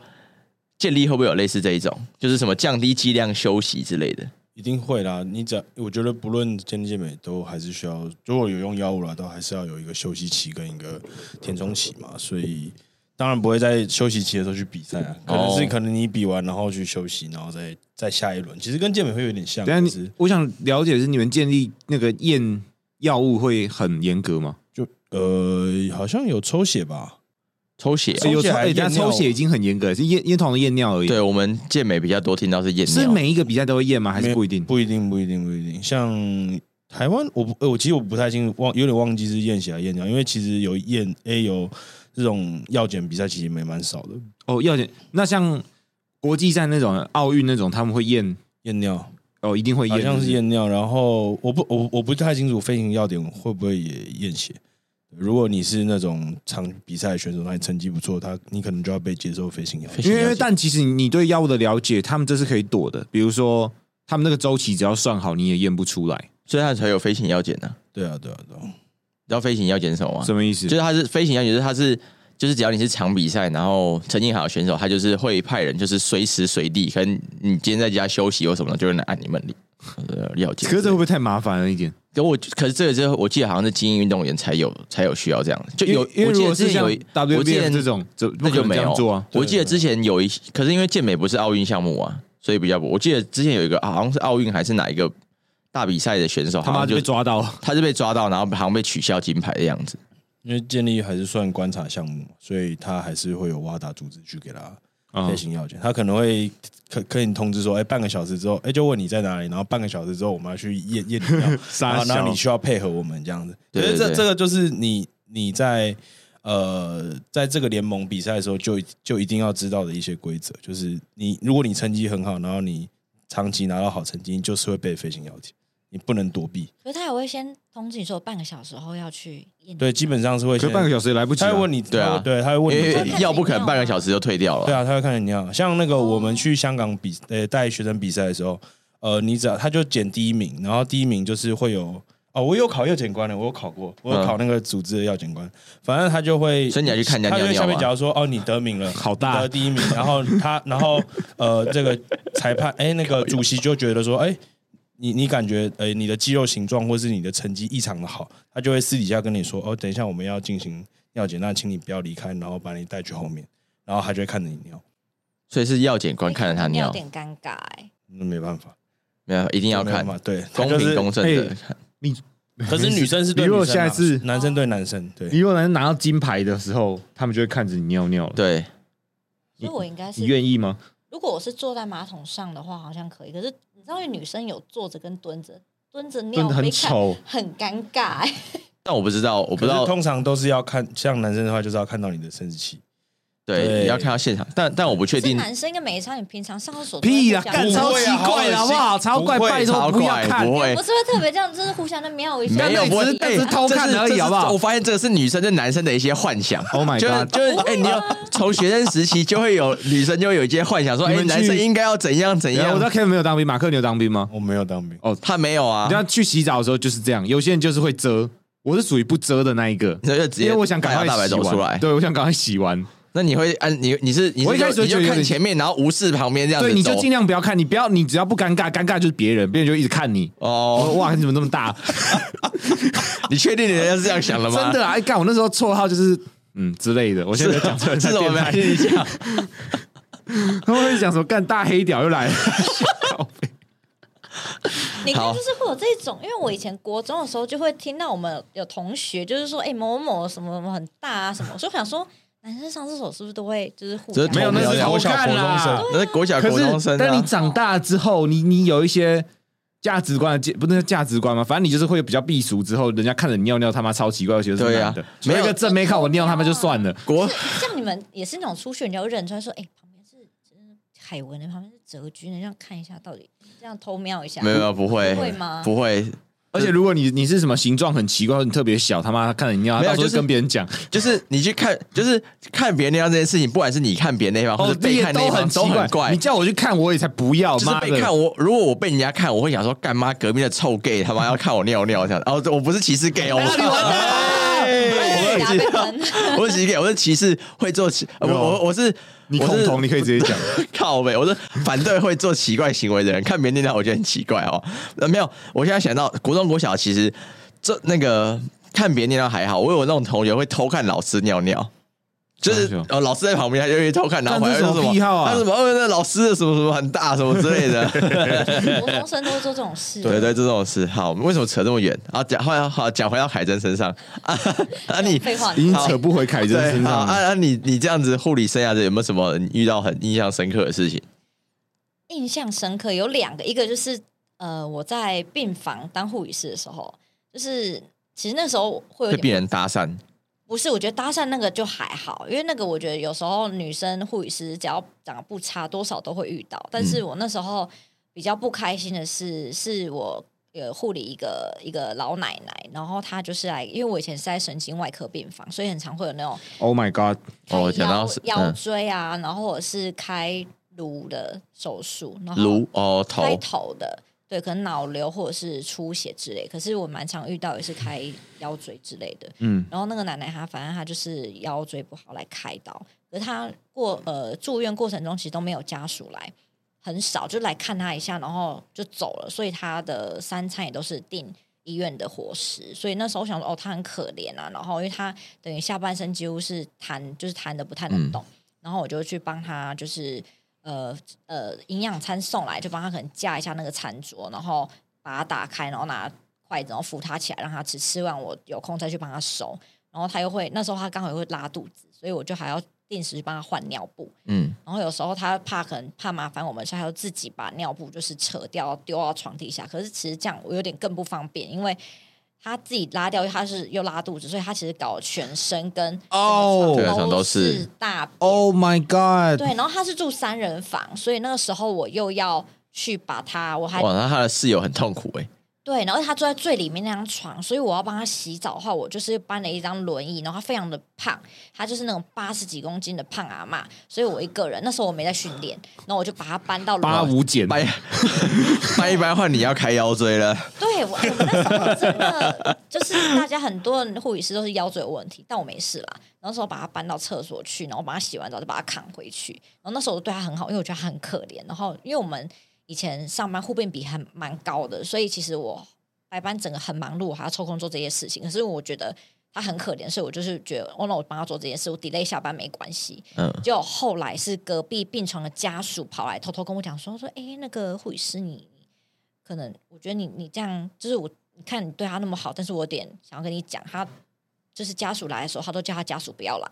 S1: 建立会不会有类似这一种，就是什么降低剂量休息之类的？
S4: 一定会啦。你只要我觉得不论健健美都还是需要，如果有用药物啦，都还是要有一个休息期跟一个填充期嘛。所以当然不会在休息期的时候去比赛啊，可能是
S1: 哦
S4: 可能你比完然后去休息，然后再再下一轮。其实跟健美会有点像，
S2: 等一下
S4: 但
S2: 啊你
S4: 是，
S2: 我想了解的是你们建立那个验药物会很严格吗？
S4: 就呃好像有抽血吧，
S1: 抽血哦
S4: 抽血
S2: 有抽，
S4: 还
S2: 哎等一下
S4: 验
S2: 抽
S4: 尿
S2: 血已经很严格了，是验验通常验尿而已。
S1: 对我们健美比较多听到是验
S2: 是
S1: 尿，
S2: 每一个比赛都会验吗？还是不一定？
S4: 不一定，不一定，不一定。像台湾，我不，呃我其实我不太清楚，忘有点忘记是验血还是验尿，因为其实有验 A 有这种药检比赛，其实也蛮少的。
S2: 哦，要检。那像国际赛那种、奥运那种，他们会验
S4: 验尿
S2: 哦，一定会
S4: 好
S2: 验，
S4: 像
S2: 不
S4: 是验尿，然后我不，我我不太清楚飞行药点会不会也验血。如果你是那种长比赛的选手，那你成绩不错，他你可能就要被接受飞行药检。
S2: 因为因为但其实你对药物的了解，他们这是可以躲的。比如说，他们那个周期只要算好，你也验不出来，
S1: 所以它才有飞行药检呢、
S4: 对啊，对啊，对啊。
S1: 你知道飞行药检是什么吗？
S2: 什么意思？
S1: 哦就是它是飞行药检，就是它是就是只要你是长比赛，然后成绩好的选手，他就是会派人，就是随时随地，可能你今天在家休息或什么的，就会来按你门铃。呃药检之类
S2: 可是这
S1: 的，
S2: 会不会太麻烦了一点？
S1: 可我可是这个之后，我记得好像是精英运动员才有才有需要这样，就有
S2: 因
S1: 我
S2: 为因为
S1: 记
S2: 如
S1: 得
S2: 果
S1: 之
S2: 是
S1: 前
S2: 像
S1: 有一我记得
S2: WBF 这种，这
S1: 那就没
S2: 这
S1: 有
S2: 样做啊。
S1: 我记得之前有一，可是因为健美不是奥运项目啊，所以比较不。我记得之前有一个、啊好像是奥运还是哪一个大比赛的选手，
S2: 他
S1: 好
S2: 妈
S1: 像
S2: 就
S1: 就
S2: 被 抓到了，
S1: 他是被抓到，然后好像被取消金牌的样子。
S4: 因为建立还是算观察项目，所以他还是会有挖打组织去给他
S1: 嗯
S4: 飞行药检，他可能会可可以通知说，哎、半个小时之后，哎、就问你在哪里，然后半个小时之后我们要去验验 尿，然
S2: 傻
S4: 后然后
S2: 笑
S4: 你。需要配合我们这样子。可
S1: 对
S4: 是
S1: 对
S4: 这
S1: 对
S4: 这个就是你你在呃在这个联盟比赛的时候就就一定要知道的一些规则，就是你如果你成绩很好，然后你长期拿到好成绩，你就是会被飞行药检，你不能躲避。
S3: 可是他还会先通知你说半个小时后要去验。
S4: 对，基本上是会
S2: 可
S4: 先
S2: 是半个小时也来不及
S4: 他
S2: 啊。
S4: 会问你，
S1: 对啊
S4: 对，他会问
S1: 因
S4: 你
S1: 为
S4: 这
S3: 他
S4: 里
S3: 看
S1: 要不可能半个小时就退掉了。
S4: 对啊，他会看着你好。像那个我们去香港比呃带学生比赛的时候，呃，你只要他就捡第一名，然后第一名就是会有哦，我有考药检官的，我有考过，我有考那个组织的药检官，反正他就会，
S1: 嗯所以你要去看人家
S4: 他
S1: 尿啊
S4: 就会
S1: 尿
S4: 下面
S1: 吗
S4: 假如说哦你得名了，
S2: 好大
S4: 你得第一名， 然后他然后呃这个裁判哎那个主席就觉得说哎。你你感觉诶、你的肌肉形状或是你的成绩异常的好，他就会私底下跟你说，哦，等一下我们要进行尿检，那请你不要离开，然后把你带去后面，然后他就会看着你尿，
S1: 所以是药检官看着他
S3: 有
S1: 尿，
S3: 点尴尬哎、
S4: 那没办法，
S1: 没有一定要
S4: 没办
S1: 看，
S4: 法，对，他
S1: 公
S4: 就是
S1: 平公正的
S2: 嘿
S1: 看。
S4: 可是女生是对
S2: 你如
S4: 女
S2: 果
S4: 生啊，
S2: 下次
S4: 男生对男生，对
S2: 你如果能拿到金牌的时候，他们就会看着你尿尿了。
S1: 对，
S3: 所以我应该是
S2: 你愿意吗？
S3: 如果我是坐在马桶上的话，好像可以。可是你知道，因为女生有坐着跟蹲着，蹲着
S2: 真
S3: 尿
S2: 的很
S3: 被看
S2: 丑，
S3: 很尴尬、欸。
S1: 但我不知道，我不知
S4: 可是
S1: 道，
S4: 通常都是要看，像男生的话就是要看到你的生殖器，
S1: 对，
S4: 对
S1: 要看到现场。但但我不确
S3: 这
S1: 定，
S3: 欸男生应该没差，你平常上厕所都会
S5: 屁啦，
S3: 互相
S5: 干
S4: 不
S5: 超
S4: 会
S5: 奇
S4: 啊好
S5: 怪
S4: 恶
S5: 的好不
S4: 心
S5: 好？超怪，
S4: 不会
S5: 拜
S1: 超
S5: 托不要
S1: 怪，
S5: 看
S1: 不，会啊
S3: 不。是会特别这样，就是互相的瞄一下，
S1: 没有，
S5: 那
S1: 我
S5: 只是
S1: 哎
S5: 只是偷看
S1: 这是
S5: 而已
S1: 这是
S5: 好不好
S1: 我发现这个是女生对男生的一些幻想。
S2: Oh my
S1: 就是
S2: god
S1: 就是，哎，你要从学生时期就会有女生就会有一些幻想，说，
S2: 你
S1: 哎，
S2: 们去
S1: 男生应该要怎样怎
S2: 等一下
S1: 样
S2: 我知。道 Kevin 没有当兵，马克你有当兵吗？
S4: 我没有当兵，
S1: 他没有啊
S2: 你，要去洗澡的时候就是这样，有些人就是会遮，我是属于不遮的那一个，
S1: 那就直接
S2: 因为我想赶
S1: 大摇
S2: 快
S1: 大摆
S2: 洗
S1: 走出
S2: 完。
S1: 来。
S2: 对，我想赶快洗完。
S1: 那你会按你你是你是
S2: 我一开始
S1: 你
S2: 觉
S1: 就
S2: 得有
S1: 看
S2: 点
S1: 前面，然后无视旁边这样子走。
S2: 对，你就尽量不要看，你不要，你只要不尴尬，尴尬就是别人，别人就一直看你。
S1: 哦，
S2: 哦，哇，你怎么那么 大？
S1: 你确定人家是这样想的吗？
S2: 真的啊！哎，干，我那时候绰号就是嗯之类的，我现在讲出来
S1: 是
S2: 在
S1: 我
S2: 电
S1: 们
S2: 台，
S1: 跟你讲，
S2: 他们会讲什么干大黑屌又来了，
S3: 你
S1: 好
S3: 看，就是会有这种，因为我以前国中的时候就会听到我们有同学就是说，哎、某某某什么什么很大啊什么，所以我想说，男生上厕所是不是都会就是互
S1: 只
S3: 相
S1: 是
S2: 没有那
S1: 同
S2: 是
S1: 僚
S2: 偷
S4: 国小
S2: 看啦
S4: 国中生
S1: 那是国小
S2: 可
S1: 国中
S2: 是，
S1: 生
S2: 但你
S1: 啊，
S2: 长大之后，你你有一些价值观的界，不是价值观吗？反正你就是会比较避俗，之后人家看着你尿尿，他妈超奇怪，我觉得是
S1: 对啊
S2: 男的
S1: 没
S2: 没
S1: 有
S2: 有个正妹看我尿，他妈就算了。
S1: 国
S3: 像你们也是那种出去，人家会认出来说，哎、旁边是嗯海文的，旁边是哲君的，这样看一下到底这样偷瞄一下，
S1: 没有没有不会
S3: 会吗
S1: 不会，
S2: 而且如果你你是什么形状很奇怪，或者你特别小，他妈看着你尿，
S1: 没有
S2: 他到时候
S1: 就是
S2: 跟别人讲，
S1: 就是你去看，就是看别人那样这件事情，不管是你看别人那一方，或者
S2: 你
S1: 被
S2: 也
S1: 看那
S2: 都
S1: 一方，
S2: 很奇
S1: 哦都很
S2: 怪。
S1: 怪
S2: 你。叫我去看，我也才不要，
S1: 就是
S2: 妈
S1: 被看
S2: 的！
S1: 我，如果我被人家看，我会想说，干妈隔壁的臭 gay 他妈要看我尿尿这样。哦，我不是歧视 gay 哦，我不是
S3: 哎打
S1: 歧
S3: 被
S1: 视，
S3: 喷。
S1: 我不是歧视 gay，我是歧视会做奇，呃我我我是
S2: 啊你
S1: 我
S2: 恐
S1: 是
S2: 同，你可以直接讲。
S1: 靠呗，我是反对会做奇怪行为的人，看别人那样我觉得很奇怪哦。呃，没有，我现在想到国中国小其实这那个看别人尿还好，我有那种同学会偷看老师尿尿。就是
S2: 哎呦
S1: 呃，老师在旁边，他就会偷看，然后
S2: 干
S1: 还
S2: 这
S1: 会说
S2: 什
S1: 什
S2: 么
S1: 么？
S2: 癖好啊
S1: 他什么？哦，那老师的什么什么很大，什么之类 的。
S3: 国中生都会做这种事。
S1: 对对，这种事。好，我们为什么扯这么远？啊，讲好好讲回到凯真身上 啊啊你，
S3: 废话，
S2: 已经扯不回凯真
S1: 对
S2: 身
S1: 好
S2: 上
S1: 啊
S2: 了。
S1: 啊你你这样子护理生涯的有没有什么你遇到很印象深刻的事情？
S3: 印象深刻有两个，一个就是呃，我在病房当护理师的时候，就是其实那时候会有
S1: 被
S3: 点
S1: 病人搭讪，
S3: 不是，我觉得搭讪那个就还好，因为那个我觉得有时候女生护理师只要长得不差，多少都会遇到。但
S1: 嗯
S3: 是我那时候比较不开心的是，是我呃护理一个一个老奶奶，然后她就是来，因为我以前是在神经外科病房，所以很常会有那种
S2: Oh my god！
S1: 哦
S3: 开
S1: 讲到是
S3: 腰腰
S1: 嗯
S3: 椎啊，然后或者是开颅的手术，然后
S1: 颅哦
S3: 开
S1: 头
S3: 头的，对，可能脑瘤或者是出血之类。可是我蛮常遇到也是开腰椎之类的。
S2: 嗯，
S3: 然后那个奶奶她反正她就是腰椎不好来开刀，可是她过呃住院过程中其实都没有家属来，很少就来看她一下，然后就走了。所以她的三餐也都是订医院的伙食。所以那时候我想说，哦，她很可怜啊。然后因为她等于下半身几乎是瘫，就是瘫的不太能动。然后我就去帮她就是呃呃营养餐送来，就帮她可能架一下那个餐桌，然后把它打开，然后拿筷子，然后扶她起来，让她吃。吃完我有空再去帮她收。然后她又会那时候她刚好也会拉肚子，所以我就还要定时去帮她换尿布。
S1: 嗯
S3: 然后有时候她怕可能怕麻烦我们，所以她就自己把尿布就是扯掉丢到床底下。可是其实这样我有点更不方便，因为。她自己拉掉，因为她是又拉肚子，所以她其实搞全身跟
S2: 哦
S3: 整
S1: 对
S3: 个
S1: 床都是
S3: 是大
S2: Oh my god！
S3: 对，然后他是住三人房，所以那个时候我又要去把他，我还
S1: 哇，那他的室友很痛苦哎、
S3: 对，然后他坐在最里面那张床，所以我要帮他洗澡的话，我就是搬了一张轮椅，然后他非常的胖，他就是那种八十几公斤的胖阿嬷，所以我一个人那时候我没在训练，然后我就把他搬到轮
S2: 八五减，
S1: 掰 掰一掰换你要开腰椎了，
S3: 对我，我们那时候真的就是大家很多人护理师都是腰椎有问题，但我没事啦。然后那时候把他搬到厕所去，然后把他洗完澡就把他扛回去。然后那时候我对他很好，因为我觉得他很可怜。然后因为我们以前上班互变比还蛮高的，所以其实我白班整个很忙碌，我还要抽空做这些事情。可是我觉得他很可怜，所以我就是觉得，哦，那我帮他做这件事，我 delay 下班没关系。
S1: 嗯，
S3: 就后来是隔壁病床的家属跑来偷偷跟我讲说说，哎，那个护理师你，你可能我觉得你你这样就是我，你看你对他那么好，但是我有点想要跟你讲，他就是家属来的时候，他都叫他家属不要来，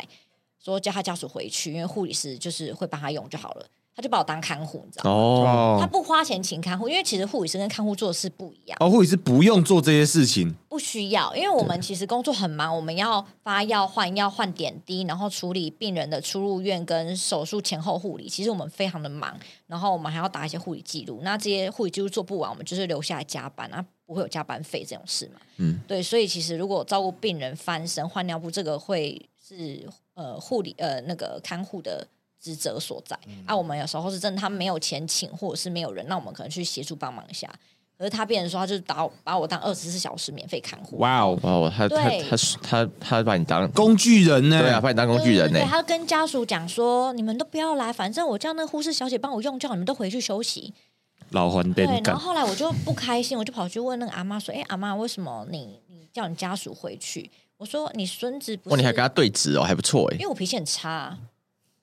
S3: 说叫他家属回去，因为护理师就是会帮他用就好了。他就把我当看护，你知道吗？
S1: 哦，
S3: 他
S2: 哦
S3: 不花钱请看护，因为其实护理师跟看护做的事不一样，
S2: 哦，护理师不用做这些事情，
S3: 不需要，因为我们其实工作很忙，我们要发药、换药、换点滴，然后处理病人的出入院跟手术前后护理，其实我们非常的忙，然后我们还要打一些护理记录，那这些护理记录做不完，我们就是留下来加班啊。不会有加班费这种事嘛？
S1: 嗯，
S3: 对，所以其实如果照顾病人翻身、换尿布，这个会是呃护理呃那个看护的职责所在。
S1: 嗯
S3: 啊，我们有时候是真的他没有钱请，或者是没有人，那我们可能去协助帮忙一下。可是他变成说，他就是把我把我当二十四小时免费看护，
S2: 哇哦，
S1: 哇，我他他
S3: 对
S1: 他他他把你当
S2: 工具人呢？
S1: 对啊，把你当工具人呢
S3: 对对对，他跟家属讲说，你们都不要来，反正我叫那个护士小姐帮我用，叫你们都回去休息。
S2: 老还
S3: 对
S2: 得，
S3: 然
S2: 干
S3: 后后来我就不开心，我就跑去问那个阿妈说：“哎、阿妈，为什么你你叫你家属回去？”我说：“你孙子不
S1: 哇，
S3: 是……
S1: 你还跟他对质哦，还不错
S3: 因
S1: 哎，
S3: 为我脾气很差，啊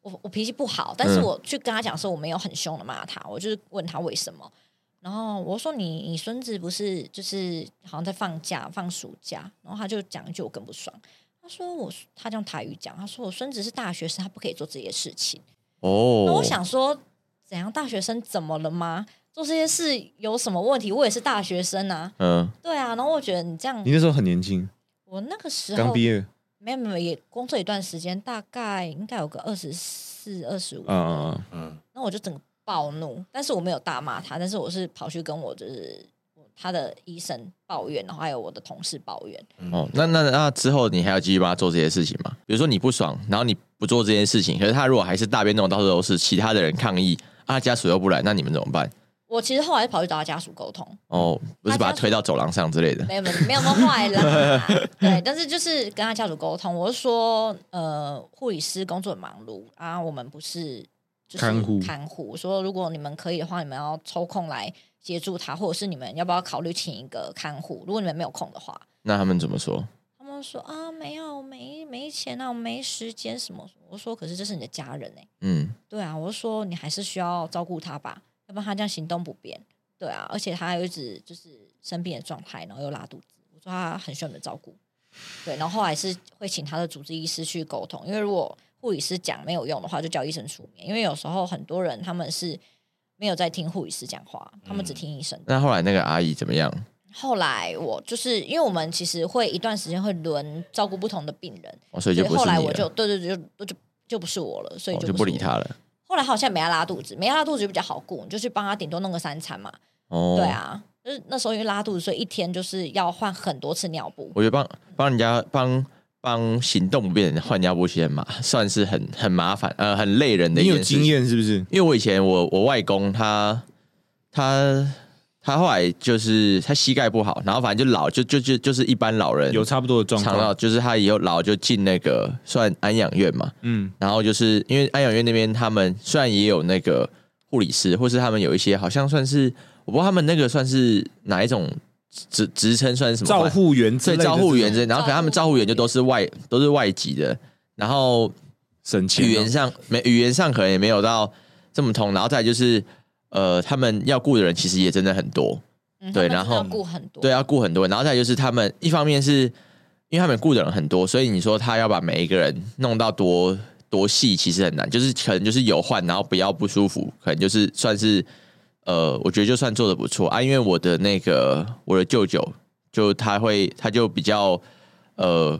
S3: 我我脾气不好，但是
S1: 嗯
S3: 我去跟他讲说我没有很凶的骂他，我就是问他为什么。然后我说你你孙子不是就是好像在放假放暑假，然后他就讲一句我更不爽，他说我他用台语讲，他说我孙子是大学生，他不可以做这些事情。那
S1: 哦
S3: 我，想说，怎样大学生怎么了吗？做这些事有什么问题？我也是大学生啊，
S1: 嗯，
S3: 对啊。然后我觉得你这样
S2: 你，那时候很年轻，
S3: 我那个时
S2: 刚
S3: 候
S2: 毕业，
S3: 没有没有也工作一段时间，大概应该有个二十四、二十五，
S2: 嗯嗯嗯，
S4: 嗯，
S3: 那我就整个暴怒，但是我没有大骂他，但是我是跑去跟我就是他的医生抱怨，然后还有我的同事抱怨。
S1: 哦，那那那之后你还要继续帮他做这些事情吗？比如说你不爽，然后你不做这件事情，可是他如果还是大便弄到处都是，其他的人抗议，啊，他家属又不来，那你们怎么办？
S3: 我其实后来就跑去找他家属沟通，
S1: 哦，不是把他推到走廊上之类的，
S3: 没有没有没有那么坏 啦，对，但是就是跟他家属沟通，我是说，呃，护理师工作很忙碌啊，我们不是就是
S2: 看护
S3: 看护，我说如果你们可以的话，你们要抽空来协助他，或者是你们要不要考虑请一个看护？如果你们没有空的话，
S1: 那他们怎么说？
S3: 他们说啊，没有，没没钱啊，我没时间什么？我说可是这是你的家人哎、
S1: 嗯，
S3: 对啊，我就说你还是需要照顾他吧，要不然他这样行动不便。对啊，而且他又一直就是生病的状态，然后又拉肚子。我说他很需要你的照顾。对，然后后来是会请他的主治医师去沟通，因为如果护理师讲没有用的话，就叫医生出面。因为有时候很多人他们是没有在听护理师讲话，他
S1: 嗯
S3: 们只听医生的。
S1: 那后来那个阿姨怎么样？
S3: 后来我就是因为我们其实会一段时间会轮照顾不同的病人，
S1: 哦，所以就
S3: 所以
S1: 不是
S3: 后来
S1: 你
S3: 我就
S1: 了，
S3: 对对对，就就就不是我了，所以
S1: 哦
S3: 就
S1: 就不理
S3: 是我
S1: 他了。
S3: 后来好像没他拉肚子，没他拉肚子就比较好顾，你就去帮他顶多弄个三餐嘛。
S1: 哦，
S3: 对，啊，就是那时候因为拉肚子，所以一天就是要换很多次尿布。
S1: 我觉得帮帮人家帮帮行动不便的换尿布鞋嘛，算是很很麻烦，呃，很累人的一
S2: 你
S1: 件
S2: 有
S1: 事情
S2: 经验是不是？
S1: 因为我以前我我外公他他他后来就是他膝盖不好，然后反正就老就就就就是一般老人
S2: 有差不多的状
S1: 肠道，
S2: 况，
S1: 就是他以后老就进那个算安养院嘛，
S2: 嗯，
S1: 然后就是因为安养院那边他们虽然也有那个护理师，或是他们有一些好像算是我不知道他们那个算是哪一种职职称算是什么
S2: 照护员之
S1: 所
S2: 类
S1: 以
S2: 的
S1: 照护员之类，然后可能他们照护员就
S3: 照护
S1: 都是外都是外籍的，然后
S2: 省钱哦，
S1: 语言上没语言上可能也没有到这么通，然后再来就是呃，他们要雇的人其实也真的很多，
S3: 嗯
S1: 对
S3: 他
S1: 然
S3: 们
S1: 后
S3: 真的要顾很多。
S1: 对，要雇很多人，然后再来就是他们一方面是因为他们雇的人很多，所以你说他要把每一个人弄到多多细，其实很难，就是可能就是有换，然后不要不舒服，可能就是算是呃，我觉得就算做的不错啊，因为我的那个我的舅舅就他会他就比较呃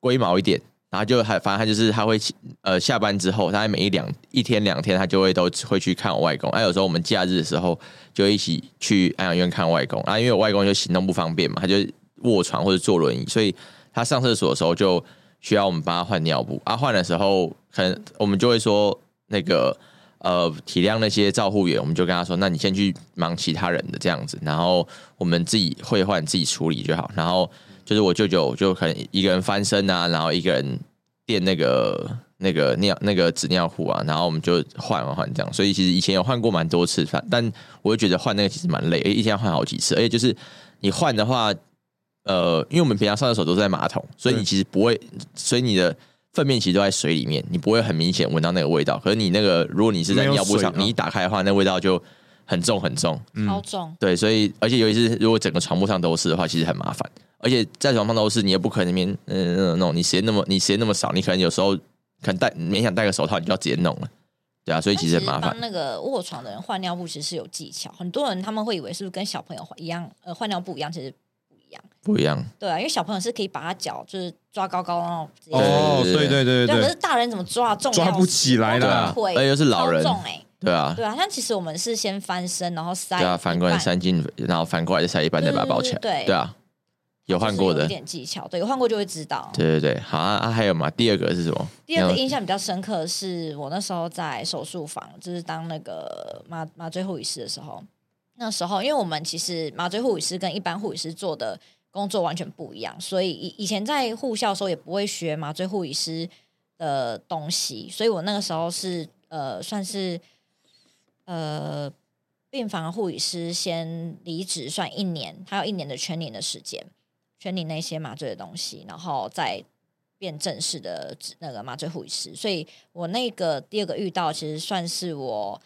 S1: 龟毛一点。然后就还反正他就是他会呃下班之后，他每一两一天两天他就会都会去看我外公。哎、有时候我们假日的时候就一起去安养院看外公啊，因为我外公就行动不方便嘛，他就卧床或者坐轮椅，所以他上厕所的时候就需要我们帮他换尿布啊。换的时候，可能我们就会说那个呃体谅那些照护员，我们就跟他说，那你先去忙其他人的这样子，然后我们自己会换自己处理就好。然后就是我舅舅就可能一个人翻身啊，然后一个人垫那个那个尿那个纸尿裤啊，然后我们就换换换这样，所以其实以前有换过蛮多次，反但我就觉得换那个其实蛮累，而且一天要换好几次，而且就是你换的话，呃，因为我们平常上厕所都是在马桶，所以你其实不会，所以你的粪便其实都在水里面，你不会很明显闻到那个味道。可是你那个如果你是在
S2: 没有
S1: 尿布上，
S2: 水啊
S1: 你一打开的话，那味道就很重很重。
S3: 超重，
S1: 对，所以而且尤其是如果整个床铺上都是的话，其实很麻烦。而且在床上都是，你也不可能面嗯嗯弄，你时间那么你时间那么少，你可能有时候可能戴勉强戴个手套，你就要直接弄了，对啊，所以其实很麻
S3: 但
S1: 烦
S3: 帮。那个卧床的人换尿布其实是有技巧，很多人他们会以为是不是跟小朋友换一样，呃，换尿布一样，其实不一样。
S1: 不一样，
S3: 对啊，因为小朋友是可以把他脚就是抓高高，然后直接
S2: 哦，
S1: 对
S2: 对对对
S3: 对啊，
S2: 对
S3: 可
S2: 对
S3: 是，大人怎么抓重
S2: 抓
S3: 要
S2: 不起来
S1: 对
S2: 啦
S1: 啊，
S3: 会，
S1: 而且又是老人
S3: 超重哎、
S1: 对啊，
S3: 对啊，像其实我们是先翻身，然后塞一
S1: 对
S3: 半，
S1: 啊，反过来塞进，然后反过来再塞一半，再把它包起来，
S3: 对对对
S1: 对啊，有换过
S3: 就是有
S1: 的
S3: 一，点技巧，对，有换过就会知道。
S1: 对对对，好啊，啊还有嘛？第二个是什么？
S3: 第二个
S1: 你要
S3: 印象比较深刻的是我那时候在手术房，就是当那个麻麻醉护理师的时候，那时候因为我们其实麻醉护理师跟一般护理师做的工作完全不一样，所以以以前在护校的时候也不会学麻醉护理师的东西，所以我那个时候是呃算是呃病房护理师先离职，算一年，他有一年的全年的时间，全年那些麻醉的东西，然后再变正式的职那个麻醉护理师。所以我那个第二个遇到，其实算是我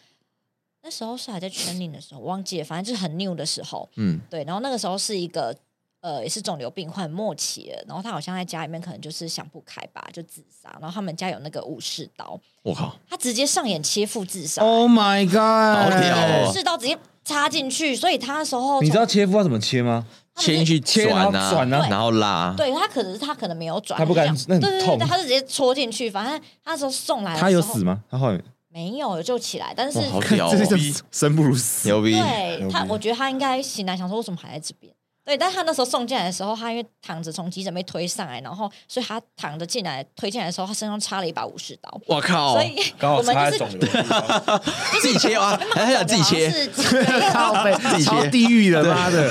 S3: 那时候是还在全年的时候，忘记了，反正就是很 new 的时候，
S1: 嗯，
S3: 对，然后那个时候是一个呃，也是肿瘤病患末期了，然后他好像在家里面可能就是想不开吧，就自杀。然后他们家有那个武士刀，
S1: 我靠，
S3: 他直接上演切腹自杀，
S2: ，Oh my God，
S1: 好屌
S3: 武
S1: 哦
S3: 士刀直接插进去，所以他那时候
S2: 你知
S3: 从
S2: 道切腹要怎么切吗？
S1: 切进去
S2: 切然后
S1: 转啊，
S2: 转啊
S1: 然后拉啊，
S3: 对他可能是他可能没有转，
S2: 他不敢
S3: 就这
S2: 那
S3: 样
S2: 很
S3: 对对
S2: 痛
S3: 对，他是直接戳进去。反正他那时候送
S1: 哎
S3: 来的时
S2: 他
S3: 候，
S2: 有死吗？他后面
S3: 没有有救起来，但是
S1: 哇，好屌哦，
S2: 这是生不如死。
S1: 牛逼！
S3: 对
S4: 牛
S3: 他，
S4: 逼
S3: 我觉得他应该醒来想说为什么还在这边。对，但他那时候送进来的时候，他因为躺着从急诊被推上来，然后所以他躺着进来推进来的时候，他身上插了一把武士刀，
S1: 我靠
S3: 所，以
S4: 哦刚
S3: 我
S4: 好
S3: 们
S4: 插
S3: 就是
S4: 在肿瘤的地方。
S1: 自己切 啊，还想自己切，
S3: 是
S2: 靠背
S1: 己切
S2: 超地狱的，妈的！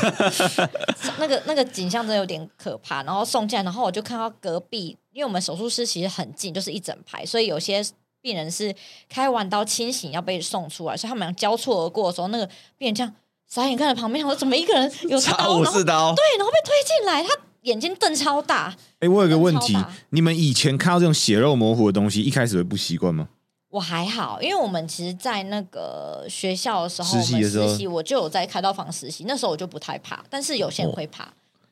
S3: 那个那个景象真的有点可怕。然后送进来，然后我就看到隔壁，因为我们手术室其实很近，就是一整排，所以有些病人是开完刀清醒要被送出来，所以他们俩交错而过的时候，那个病人这样傻眼看着旁边，想说怎么一个人 有
S1: 插
S3: 刀，
S1: 武
S3: 然后
S1: 士刀，
S3: 对，然后被推进来，他眼睛瞪超大。
S2: 哎，我有个问题
S3: 超大，
S2: 你们以前看到这种血肉模糊的东西，一开始会不习惯吗？
S3: 我还好，因为我们其实，在那个学校的时候，
S2: 实习的时候
S3: 我们实习我就有在开刀房实习，那时候我就不太怕，但是有些人
S2: 哦
S3: 会怕。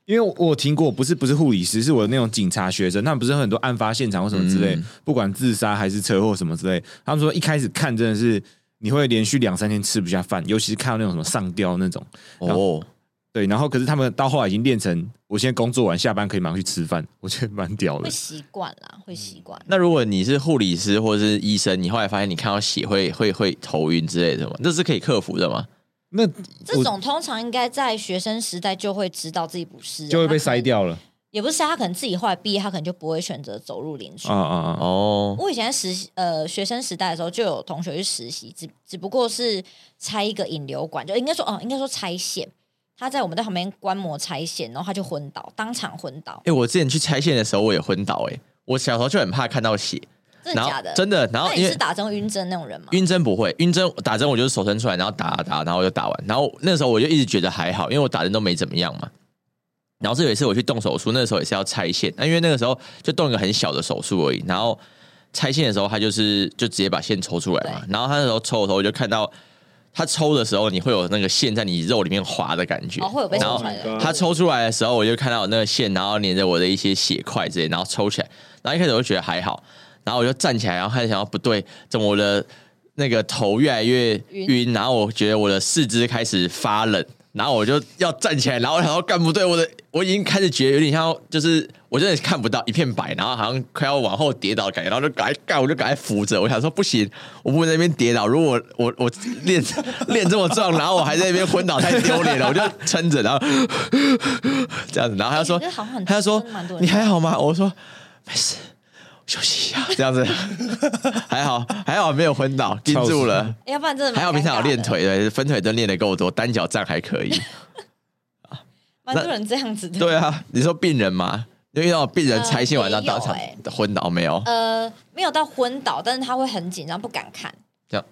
S2: 因为我我听过，不是不是护理师，是我那种警察学生，他们不是很多案发现场或什么之类，
S1: 嗯
S2: 不管自杀还是车祸什么之类，他们说一开始看真的是你会连续两三天吃不下饭，尤其是看到那种什么上吊那种，
S1: 哦，
S2: 对，然后可是他们到后来已经练成，我现在工作完下班可以马上去吃饭，我觉得蛮屌
S3: 会
S2: 的。
S3: 习惯啦，会习惯。
S1: 那如果你是护理师或是医生，你后来发现你看到血会会会头晕之类的吗？这是可以克服的吗？
S2: 那
S3: 这种通常应该在学生时代就会知道自己不是，啊
S2: 我就会被
S3: 他可
S2: 筛
S3: 能，
S2: 掉了。
S3: 也不是啊筛，他可能自己后来毕业，他可能就不会选择走入临
S2: 啊
S3: 床。
S2: 啊啊！
S1: 哦，
S3: 我以前在实习呃学生时代的时候，就有同学去实习，只只不过是拆一个引流管，就应该说哦、应该说拆线。他在我们在旁边观摩拆线，然后他就昏倒，当场昏倒
S1: 哎、，我之前去拆线的时候我也昏倒、欸，哎，我小时候就很怕看到血，
S3: 真的
S1: 然后
S3: 假的？
S1: 真的，然后
S3: 那
S1: 因
S3: 你
S1: 为
S3: 是打针晕针那种人吗？
S1: 晕针不会，晕针打针我就是手伸出来，然后打打，然后我就打完，然后那时候我就一直觉得还好，因为我打针都没怎么样嘛。然后这有一次我去动手术，那时候也是要拆线，那因为那个时候就动一个很小的手术而已，然后拆线的时候他就是就直接把线抽出来嘛，然后他那时候抽的时候我就看到他抽的时候你会有那个线在你肉里面划的感觉，
S3: 哦，会有被
S1: 然
S3: 抽
S1: 后
S3: 出来的。
S1: 他抽出来的时候，我就看到有那个线，然后粘着我的一些血块之类，然后抽起来。然后一开始我就觉得还好，然后我就站起来，然后开始想要不对，怎么我的那个头越来越
S3: 晕
S1: 晕？然后我觉得我的四肢开始发冷，然后我就要站起来，然后然后干不对，我的我已经开始觉得有点像要，就是我真的看不到一片白，然后好像快要往后跌倒的感觉，然后就赶快干，我就赶快扶着，我想说不行，我不能在那边跌倒，如果我我我练练这么壮，然后我还在那边昏倒，太丢脸了，我就撑着，然后 这样子，然后他就说
S3: 哎你这好像很，
S1: 他就说
S3: 真的蛮多人
S1: 你还好吗？我说没事。休息 一下，这样子 还好，还好没有昏倒，盯住了。
S3: 要不然真的蛮
S1: 还好平常有
S3: 尴尬的
S1: 练，腿，
S3: 嗯
S1: 对，分腿蹲练的够多，单脚站还可以。
S3: 蛮多人这样子 的。
S1: 对啊，你说病人嘛，就遇到病人
S3: 呃
S1: 拆线完然后
S3: 没有
S1: 当场
S3: 欸
S1: 昏倒没有？
S3: 呃，没有到昏倒，但是他会很紧张，不敢看。
S1: 这样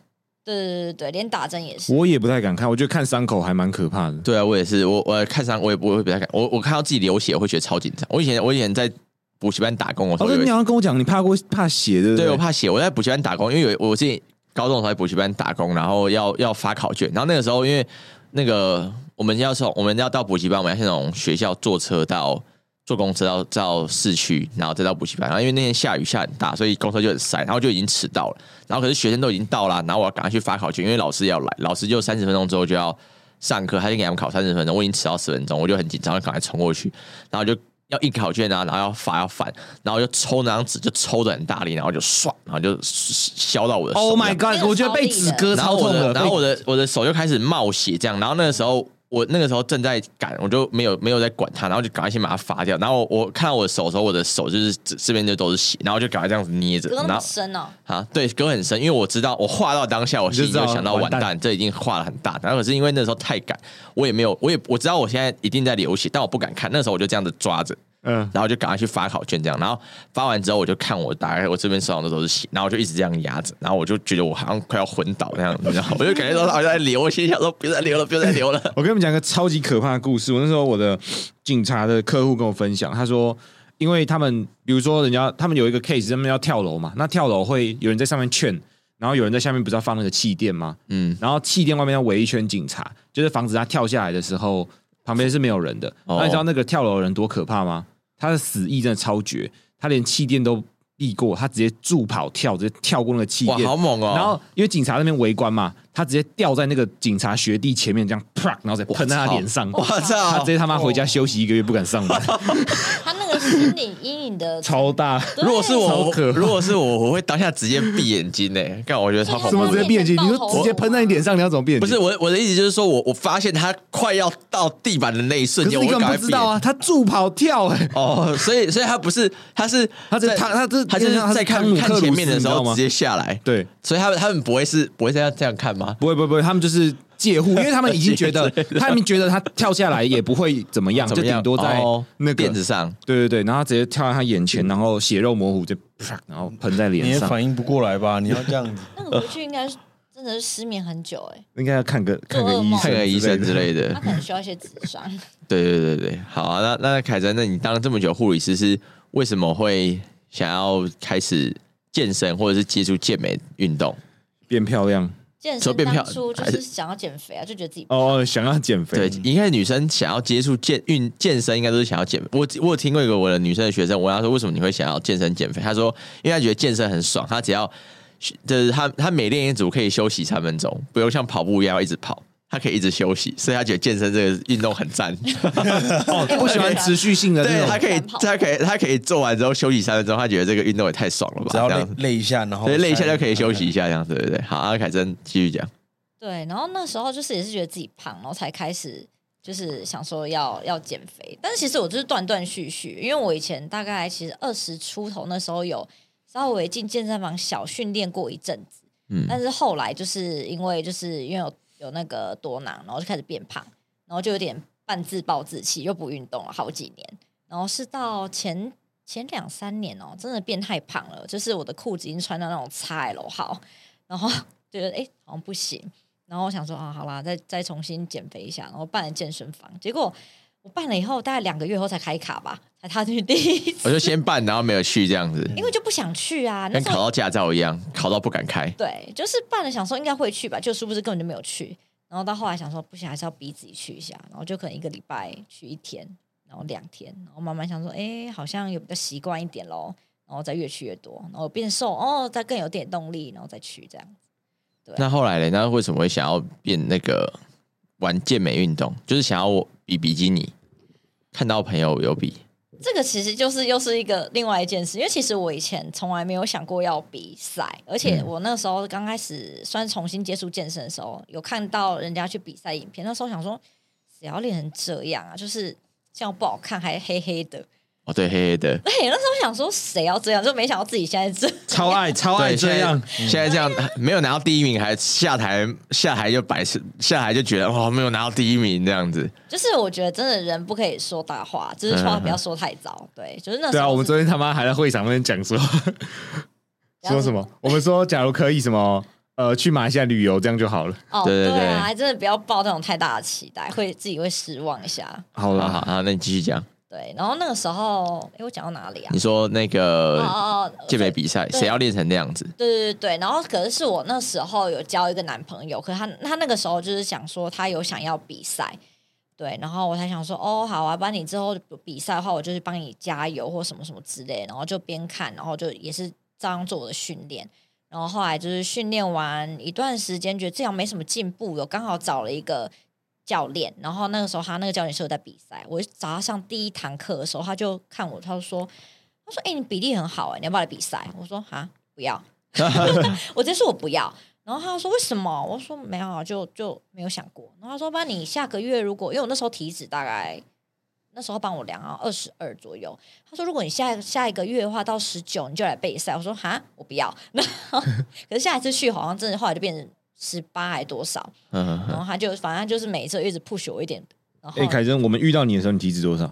S3: 对对对对，连打针也是。
S2: 我也不太敢看，我觉得看伤口还蛮可怕的。
S1: 对啊，我也是，我我看上我也不我会比较敢，我我看到自己流血我会觉得超紧张。我以前我以前在补习班打工的时候
S2: 哦，对，
S1: 有一
S2: 你
S1: 次，
S2: 好像跟我讲，你怕过怕血的，
S1: 对我
S2: 不
S1: 怕血，我在补习班打工，因为有我自己高中的时候在补习班打工，然后要要发考卷，然后那个时候因为那个我们要从我们要到补习班，我们要先从学校坐车到坐公车到到市区，然后再到补习班，然后因为那天下雨下很大，所以公车就很塞，然后就已经迟到了，然后可是学生都已经到了，然后我要赶快去发考卷，因为老师要来，老师就三十分钟之后就要。上课，他就给他们考三十分钟，我已经迟到十分钟，我就很紧张，就赶快冲过去，然后就要印考卷啊，然后要罚要反，然后就抽那张纸，就抽的很大力，然后就唰，然后就削到我的手。
S2: ，Oh
S1: 这样
S2: my god！我觉得被纸割
S1: 然后
S2: 超
S1: 我
S2: 痛
S1: 的，
S2: 的，
S1: 然后我的我的手就开始冒血，这样。然后那个时候，我那个时候正在赶，我就没有没有在管它，然后就赶快先把它罚掉。然后我我看到我的手的时候，我的手就是这这边就都是血，然后就赶快这样子捏着，
S3: 隔那
S1: 然
S3: 么
S1: 后
S3: 深哦，
S1: 啊，对，割很深，因为我知道我画到当下，我心里就想到
S2: 你就知道
S1: 完蛋，
S2: 完蛋
S1: 这已经画了很大。然后可是因为那时候太赶，我也没有，我也我知道我现在一定在流血，但我不敢看。那时候我就这样子抓着，
S2: 嗯，
S1: 然后就赶快去发考卷，这样，然后发完之后我就看我大概我这边手上的都是血，然后我就一直这样压着，然后我就觉得我好像快要昏倒那样，你知道吗，我就感觉到好像在流，我心里想说不要再流了，不要再 流了。
S2: 我跟你们讲一个超级可怕的故事。我那时候我的警察的客户跟我分享，他说，因为他们比如说人家他们有一个 case，他们要跳楼嘛，那跳楼会有人在上面劝，然后有人在下面不是要放那个气垫吗？
S1: 嗯，
S2: 然后气垫外面要围一圈警察，就是防止他跳下来的时候旁边是没有人的。
S1: 哦
S2: 那你知道那个跳楼的人多可怕吗？他的死意真的超绝，他连气垫都避过，他直接助跑跳，直接跳过那个气
S1: 哇，
S2: 垫
S1: 好。猛哦！
S2: 然后因为警察那边围观嘛，他直接掉在那个警察学弟前面，这样啪，然后再喷在他脸上。
S1: 我
S2: 他
S1: 操
S2: 直，接他妈回家休息一个月，不敢上班，
S3: 他那个心理阴影的
S2: 超大。
S3: 对
S1: 如果是
S2: 超
S1: 我，我
S2: 可怕
S1: 如果是我，我会当下直接闭眼睛诶、欸，干，我觉得超恐
S2: 怎
S1: 怖
S2: 么
S1: 的。
S2: 直接闭眼睛？你说直接喷在你脸上，你要怎么闭眼
S1: 不
S2: 睛？
S1: 是我我的意思就是说我我发现他快要到地板的那一瞬
S2: 可
S1: 间，
S2: 是
S1: 我
S2: 你
S1: 会
S2: 根
S1: 赶
S2: 本
S1: 快闭
S2: 不知道
S1: 眼
S2: 啊，他助跑跳哎、
S1: 哦，所以所以他不是，他是
S2: 他这
S1: 在
S2: 他他这
S1: 他就是
S2: 他是
S1: 在看
S2: 汤姆克
S1: 看
S2: 鲁斯
S1: 前面的时
S2: 你知
S1: 候
S2: 道吗
S1: 直接下来，
S2: 对，
S1: 所以他们他们不会是不会这样这样看吗？
S2: 不会不会不会，他们就是 介护，因为他们已经觉得他们觉得他跳下来也不会怎么样，
S1: 怎
S2: 就
S1: 么样
S2: 顶多在
S1: 哦
S2: 那个
S1: 垫子。上，
S2: 对对对，然后他直接跳在他眼前，然后血肉模糊，就啪，然后喷在
S4: 你
S2: 脸
S4: 也
S2: 上。
S4: 反应不过来吧？你要这样子，
S3: 那个回去应该是真的是失眠很久哎、
S2: 应该要看个看个
S3: 做噩
S2: 医
S3: 梦
S2: 生，
S1: 看个医生之
S2: 的。
S1: 类
S3: 他
S1: 的。
S3: 可能需要一些智商。
S1: 对对对对，好啊。那那凯真，那你当了这么久护理师，是为什么会想要开始健身或者是接触健美运动？
S2: 变漂亮
S3: 健
S1: 说
S3: 身
S1: 变漂
S3: 当初就
S1: 还
S3: 是
S1: 是
S3: 想要减肥啊，就觉得自己
S2: 哦，哦想要减肥。
S1: 对，应该女生想要接触健运健身，应该都是想要减。我我有听过一个我的女生的学生，我问她说为什么你会想要健身减肥，她说因为她觉得健身很爽，她只要就是她她每练一组可以休息三分钟，不用像跑步一样要一直跑，她可以一直休息，所以她觉得健身这个运动很赞。
S2: 哦， 不喜欢持续性的
S1: 对，
S2: 那
S1: 她
S2: 种。
S1: 可以她可以她可以做完之后休息三分钟，她觉得这个运动也太爽了吧，
S4: 只要
S1: 这
S4: 累
S1: 样。
S4: 累一下，然后
S1: 所以累一下
S4: 下
S1: 就可以休息一下，这样对不对？好，阿凯真继续讲。
S3: 对，然后那时候就是也是觉得自己胖，然后才开始就是想说要要减肥，但是其实我就是断断续续，因为我以前大概其实二十出头那时候有稍微进健身房小训练过一阵子，
S1: 嗯
S3: 但是后来就是因为就是因为有有那个多囊，然后就开始变胖，然后就有点半自暴自弃，又不运动了好几年，然后是到前。前两三年哦，真的变太胖了，就是我的裤子已经穿到那种 XL 号，然后觉得哎、诶好像不行，然后我想说啊，好啦，再 再重新减肥一下，然后办了健身房，结果我办了以后，大概两个月后才开卡吧，才踏进去第一次，
S1: 我就先办，然后没有去这样子，
S3: 因为就不想去啊，那
S1: 跟
S3: 时
S1: 考
S3: 候
S1: 到驾照一样，考到不敢开。
S3: 对，就是办了想说应该会去吧，就殊不知根本就没有去，然后到后来想说不行，还是要逼自己去一下，然后就可能一个礼拜去一天，然后两天，然后慢慢想说，哎，好像有比较习惯一点喽，然后再越去越多，然后变瘦哦，再更有点动力，然后再去这样。
S1: 那后来呢？那为什么会想要变那个玩健美运动？就是想要我比比基尼，看到朋友有比，
S3: 这个其实就是又是一个另外一件事，因为其实我以前从来没有想过要比赛，
S2: 嗯
S3: 而且我那时候刚开始算是重新接触健身的时候，有看到人家去比赛影片，那时候想说，只要练成这样啊，就是这样不好看，还黑黑的，
S1: 哦，对，黑黑的，
S3: 对，那时候想说谁要这样，就没想到自己现在这。
S2: 超爱超爱
S1: 对，现
S2: 哦这
S1: 在
S2: 样，
S1: 现在这样没有拿到第一名，还下台下台就摆下台就觉得哦，没有拿到第一名这样子。
S3: 就是我觉得真的人不可以说大话，就是说话不要说太早。对，就是那时
S2: 对
S3: 候
S2: 啊，我们
S3: 是
S2: 昨天他妈还在会场那边 讲说
S3: 怎
S2: 说
S3: 样
S2: 什么，我们说假如可以什么呃去马来西亚旅游这样就好了。
S3: 哦，
S1: 对对对
S3: 啊，还真的不要抱那种太大的期待，会自己会失望一下。
S2: 好
S1: 好好，好那你继续讲。
S3: 对，然后那个时候，哎，我讲到哪里啊
S1: 你？说那
S3: 哦
S1: 个
S3: 哦哦，
S1: 健美比赛，
S3: 对
S1: 谁要练成那样子？
S3: 对对对对，然后可是是我那时候有交一个男朋友，可是他他那个时候就是想说他有想要比赛，对，然后我才想说哦好啊，不然你之后有比赛的话，我就是帮你加油或什么什么之类，然后就边看，然后就也是照样做我的训练，然后后来就是训练完一段时间，觉得这样没什么进步，有刚好找了一个教练，然后那个时候他那个教练是有在比赛，我找他上第一堂课的时候，他就看我，他就说他说哎、你比例很好哎、你要不要来比赛？我说啊不要。我直接说我不要。然后他就说为什么？我说没有啊，就就没有想过。然后他说，不然你下个月如果，因为我那时候体脂大概那时候帮我量啊二十二左右，他说如果你下下一个月的话到十九你就来备赛。我说哈，我不要。然后可是下一次去好像真的后来就变成十八还多少，
S1: 嗯哼
S3: 然
S1: 哼，
S3: 后他就反正就是每一次一直 push 我一点。然后
S2: 哎，凯珍，我们遇到你的时候，你体脂多少？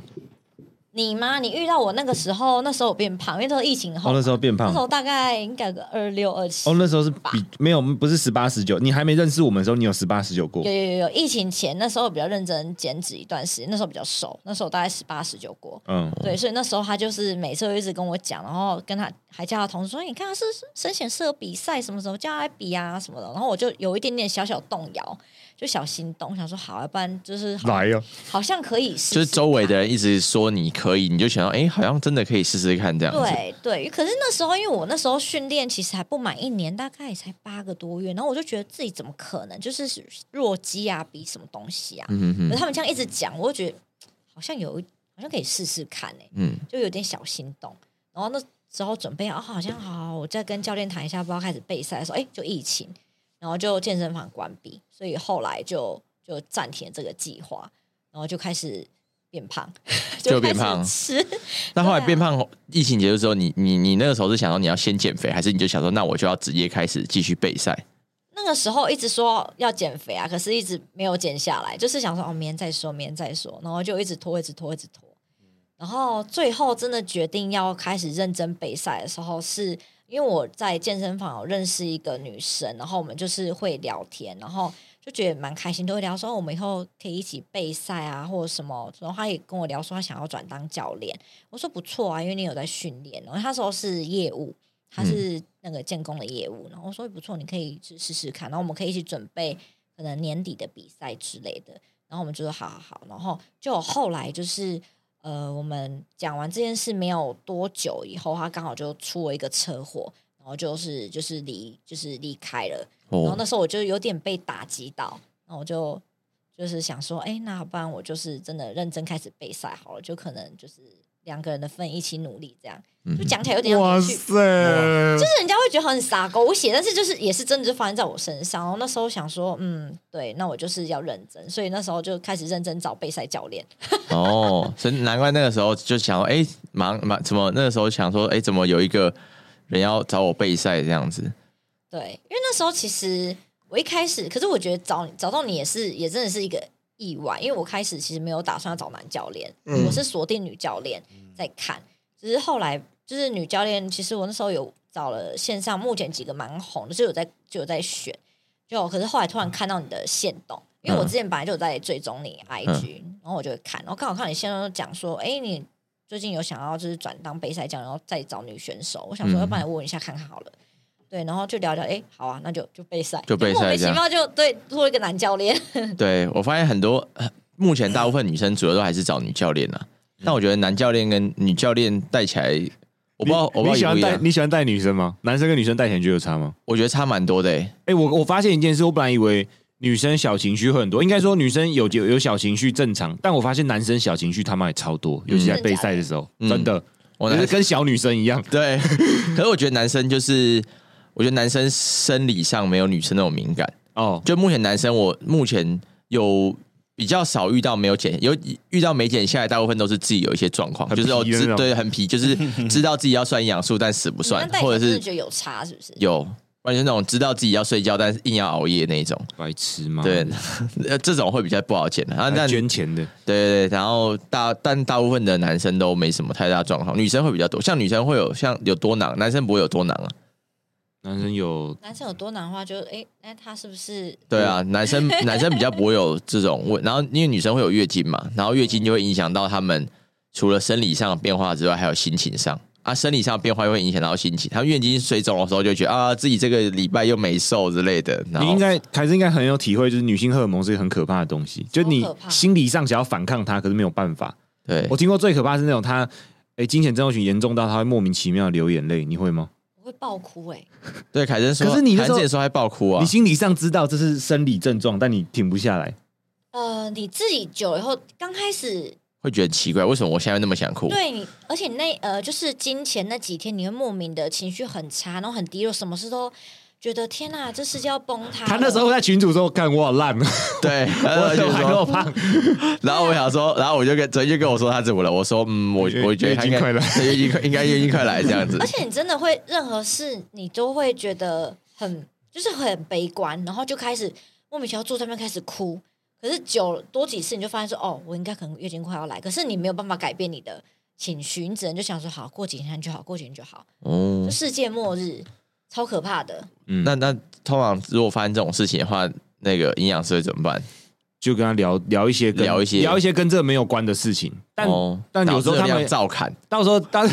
S3: 你吗？你遇到我那个时候，那时候我变胖，因为那时候疫情后
S2: 哦，，那时候变
S3: 那
S2: 胖
S3: 时。候大概应该有个二六二七
S2: 哦，那时候是比没有不是十八十九，你还没认识我们的时候，你有十八十九过
S3: 有。有有有，疫情前那时候比较认真减脂一段时间，那时候比较瘦，那时候大概十八十九过。
S2: 嗯，
S3: 对，所以那时候他就是每次都一直跟我讲，然后跟他还叫他同事说：“你看他是深显适合比赛，什么时候叫他来比啊什么的。”然后我就有一点点小小动摇，就小心动，想说好，要不然就是好
S2: 来哦哟，
S3: 好像可以试试
S1: 就是周围
S3: 看
S1: 的人一直说你可以，你就想到哎，诶好像真的可以试试看这样子。
S3: 对对，可是那时候因为我那时候训练其实还不满一年，大概也才八个多月，然后我就觉得自己怎么可能就是弱鸡啊，比什么东西啊？
S1: 嗯
S3: 可
S1: 哼
S3: 是他们这样一直讲，我就觉得好像有一，好像可以试试看哎、
S1: 嗯，
S3: 就有点小心动。然后那时候准备啊、好像好，我再跟教练谈一下，不知道开始备赛的时候，哎，就疫情，然后就健身房关闭，所以后来就就暂停了这个计划，然后就开始变胖，
S1: 就
S3: 开
S1: 变胖
S3: 始吃。
S1: 那后来
S3: 对啊
S1: 变胖，疫情结束之后，你你你那个时候是想说你要先减肥，还是你就想说那我就要直接开始继续备赛？
S3: 那个时候一直说要减肥啊，可是一直没有减下来，就是想说哦，明天再说，明天再说，然后就一直拖，一直拖，一直拖。然后最后真的决定要开始认真备赛的时候是，因为我在健身房有认识一个女生，然后我们就是会聊天，然后就觉得蛮开心，都会聊说哦我们以后可以一起备赛啊，或者什么。然后她也跟我聊说她想要转当教练，我说不错啊，因为你有在训练。然后她那时候是业务，他
S2: 嗯
S3: 是那个建工的业务，然后我说哎不错，你可以去试试看，然后我们可以一起准备可能年底的比赛之类的。然后我们就说好好好，然后就后来就是呃，我们讲完这件事没有多久以后，他刚好就出了一个车祸，然后就是就是离就是离开了。然后
S1: 哦，
S3: 那时候我就有点被打击到，然后我就就是想说，哎，那不然我就是真的认真开始备赛好了，就可能就是两个人的份一起努力这样。就讲起来有点像
S2: 哇
S3: 连续
S2: 塞！
S3: 就是人家会觉得很傻狗血，但是就是也是真的就发生在我身上。然后那时候想说，嗯，对，那我就是要认真，所以那时候就开始认真找备赛教练。
S1: 哦，所以难怪那个时候就想说，哎、忙忙怎么那个时候想说，哎、怎么有一个人要找我备赛这样子？
S3: 对，因为那时候其实我一开始，可是我觉得找找到你也是也真的是一个意外，因为我开始其实没有打算要找男教练，我是锁定女教练在看，只是后来就是女教练，其实我那时候有找了线上目前几个蛮红的，就有在就有在选，就可是后来突然看到你的线动。因为我之前本来就有在追踪你 IG，、然后我就会看，然后刚好看你线动讲说，哎，你最近有想要就是转当备赛教练，然后再找女选手，我想说，
S1: 嗯
S3: 要不然问一下看看好了。对，然后就聊聊，哎，好啊，那就就备赛，
S1: 就备赛
S3: 莫名其
S1: 这样
S3: 妙就对做一个男教练，
S1: 对我发现很多呃目前大部分女生主要都还是找女教练啊，但我觉得男教练跟女教练带起来，我不知道我不
S2: 你
S1: 知
S2: 喜
S1: 道一不
S2: 欢
S1: 一
S2: 带
S1: 样，
S2: 你喜欢带女生吗？男生跟女生带起来就有差吗？
S1: 我觉得差蛮多的、欸。
S2: 哎、我我发现一件事，我本来以为女生小情绪会很多，应该说女生有有有小情绪正常，但我发现男生小情绪他妈也超多，尤其在备赛的时候，
S1: 嗯
S2: 真的，
S1: 我
S2: 就
S1: 男
S2: 是跟小女生一样。
S1: 对，可是我觉得男生就是，我觉得男生生理上没有女生那种敏感。
S2: 哦，
S1: 就目前男生，我目前有比较少遇到没有剪，有遇到没剪下来，大部分都是自己有一些状况，
S2: 很
S1: 就
S2: 皮
S1: 是哦
S2: 的那
S1: 知
S2: 种
S1: 对很皮，就是知道自己要算营养素但死不
S3: 你
S1: 算
S3: 们，戴
S1: 或
S3: 口
S1: 者
S3: 罩真
S1: 是
S3: 的觉得有差是不是？
S1: 有完全那种知道自己要睡觉但是硬要熬夜那一种，
S2: 白痴吗？
S1: 对，呃这种会比较不好剪的啊。但
S2: 还
S1: 对
S2: 捐钱的，
S1: 对对，然后大但大部分的男生都没什么太大状况，女生会比较多，像女生会有像有多囊，男生不会有多囊啊。
S2: 男生有
S3: 男生有多囊的话就，哎，那他是不是
S1: 对啊，
S3: 嗯
S1: 男生 男生比较不会有这种问，然后因为女生会有月经嘛，然后月经就会影响到他们除了生理上的变化之外，还有心情上啊，生理上的变化又会影响到心情。他们月经水肿的时候就觉得啊，自己这个礼拜又没瘦之类的，然
S2: 你
S1: 后
S2: 应该还是应该很有体会，就是女性荷尔蒙是一个很可怕的东西，就你
S3: 超可怕
S2: 心理上想要反抗它，可是没有办法。
S1: 对
S2: 我听过最可怕是那种她，哎，金钱症候群严重到她会莫名其妙地流眼泪，你会吗？
S3: 我会爆哭、哎，
S1: 对，凯珍说，
S2: 可是你那
S1: 凯
S2: 时候
S1: 珍也说还爆哭啊
S2: 你，心理上知道这是生理症状，但你停不下来。
S3: 呃，你自己久了以后，刚开始
S1: 会觉得奇怪，为什么我现在那么想哭？
S3: 对你，而且那呃，就是金钱那几天，你会莫名的情绪很差，然后很低落，什么事都觉得天哪、这世界要崩塌了。
S2: 她那时候在群主说：“看我好烂，啊我
S1: 对，然后呃就
S2: 还那么
S1: 说，
S2: 胖。
S1: 然后我想说，然后我就跟昨天就跟我说他怎么了，我说嗯，我
S2: 月
S1: 我觉得他应该
S2: 月经快来
S1: 对月经快应该月经快来这样子
S3: 而，且你真的会任何事，你都会觉得很就是很悲观，然后就开始莫名其妙坐在那边开始哭。可是久了多几次，你就发现说，哦，我应该可能月经快要来，可是你没有办法改变你的情绪，你只能就想说，好，过几天就好，过几天就好。
S1: 哦
S3: 就世界末日，超可怕的。”
S2: 嗯，
S1: 那
S2: 那
S1: 那通常如果发生这种事情的话，那个营养师会怎么办？
S2: 就跟她聊聊一些跟
S1: 聊一些
S2: 聊一些跟这没有关的事情，但
S1: 哦，
S2: 但有时候
S1: 脑热
S2: 他
S1: 量
S2: 们
S1: 照 砍，
S2: 到时候 当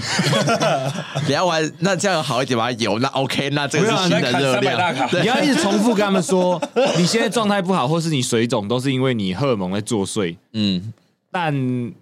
S1: 聊完那这样好一点吧？有那 OK，那这个
S2: 啊
S1: 是新
S4: 在
S1: 的
S4: 砍
S1: 热
S4: 啊三百大
S1: 量。
S4: 卡，
S2: 你要一直重复跟他们说，你现在状态不好，或是你水肿，都是因为你荷尔蒙在作祟。
S1: 嗯，
S2: 但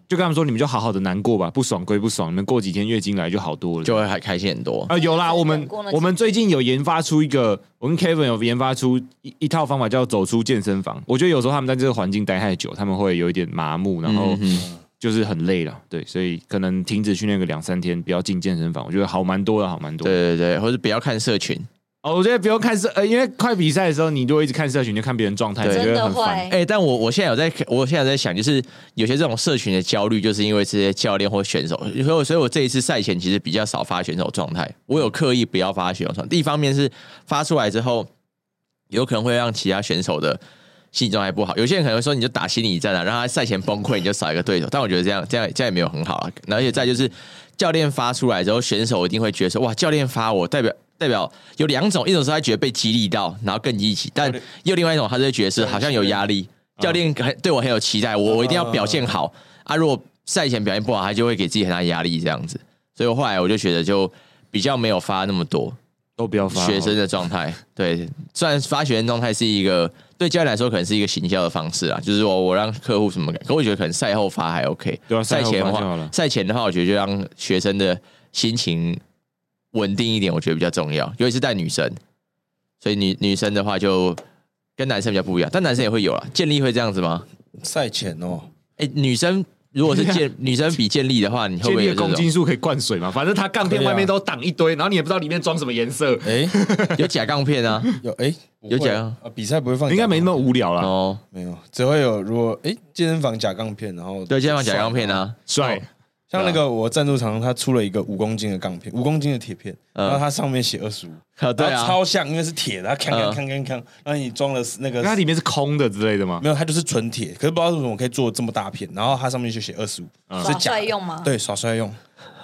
S2: 就跟他们说，你们就好好的难过吧，不爽归不爽，你们过几天月经来就好多了。
S1: 就会还开心很多。
S2: 啊，有啦，我们
S3: 难过呢
S2: 我们最近有研发出一个，我跟 Kevin 有研发出一一套方法，叫走出健身房。我觉得有时候他们在这个环境待太久，他们会有一点麻木，然后
S1: 嗯哼
S2: 就是很累了。对，所以可能停止训练个两三天，不要进健身房，我觉得好蛮多的，好蛮多的。
S1: 对对对，或者不要看社群。
S2: 哦，我觉得不用看社，呃，因为快比赛的时候，你如果一直看社群，你就看别人状态，
S1: 对
S2: 你觉
S3: 真
S2: 得
S3: 的
S2: 很烦。
S3: 会。
S1: 哎、但我我现在有在，我现在有在想，就是有些这种社群的焦虑，就是因为这些教练或选手，所以我所以我这一次赛前其实比较少发选手状态，我有刻意不要发选手状态。一方面是发出来之后，有可能会让其他选手的心理状态不好，有些人可能会说你就打心理战啊，让他赛前崩溃，你就少一个对手。但我觉得这样这样这样也没有很好啊。而且再就是教练发出来之后，选手一定会觉得说哇，教练发我代表。代表有两种，一种是他觉得被激励到，然后更积极；但又另外一种，他就会觉得是好像有压力，教练很对我很有期待，我我一定要表现好啊！如果赛前表现不好，他就会给自己很大压力这样子。所以我后来我就觉得就比较没有发那么多
S2: 都不要发哦
S1: 学生的状态。对，虽然发学生状态是一个对教练来说可能是一个行销的方式啊，就是我我让客户什么感，可我觉得可能赛后发还 OK。
S2: 对啊赛
S1: 赛
S2: 后发
S1: 前的
S2: 就好
S1: 话
S2: 了，
S1: 赛前的话，我觉得就让学生的心情稳定一点，我觉得比较重要，尤其是带女生。所以女女生的话就跟男生比较不一样，但男生也会有啦。建立会这样子吗？
S4: 赛前哦，
S1: 哎、女生如果是建 女生比建立的话，你会
S2: 建
S1: 不会
S2: 立
S1: 有
S2: 的
S1: 这种
S2: 公斤数可以灌水嘛？反正它杠片
S4: 对啊
S2: 外面都挡一堆，然后你也不知道里面装什么颜色，
S4: 哎，
S1: 有假杠片 啊？
S4: 有哎
S1: 有奖
S4: 啊，比赛不会放，
S2: 应该没那么无聊啦。
S1: 哦，
S4: 没有，只会有如果哎健身房假钢片，然后
S1: 对，就像假杠片，啊，
S2: 帅、
S4: 像那个我赞助厂商他出了一个五公斤的钢片，五公斤的铁片，
S1: 嗯
S4: 然后它上面写二十五，
S1: 啊对
S4: 然后
S1: 啊，嗯
S4: 超像，因为是铁的，它锵锵锵锵锵，然后你装了那个
S2: 那它里面是空的之类的 吗？
S4: 没有，它就是纯铁，可是不知道为什么可以做这么大片，然后它上面就写二十五，是
S1: 啊
S3: 耍
S4: 假
S3: 帅
S4: 的，
S3: 用吗？，
S4: 对，耍帅用，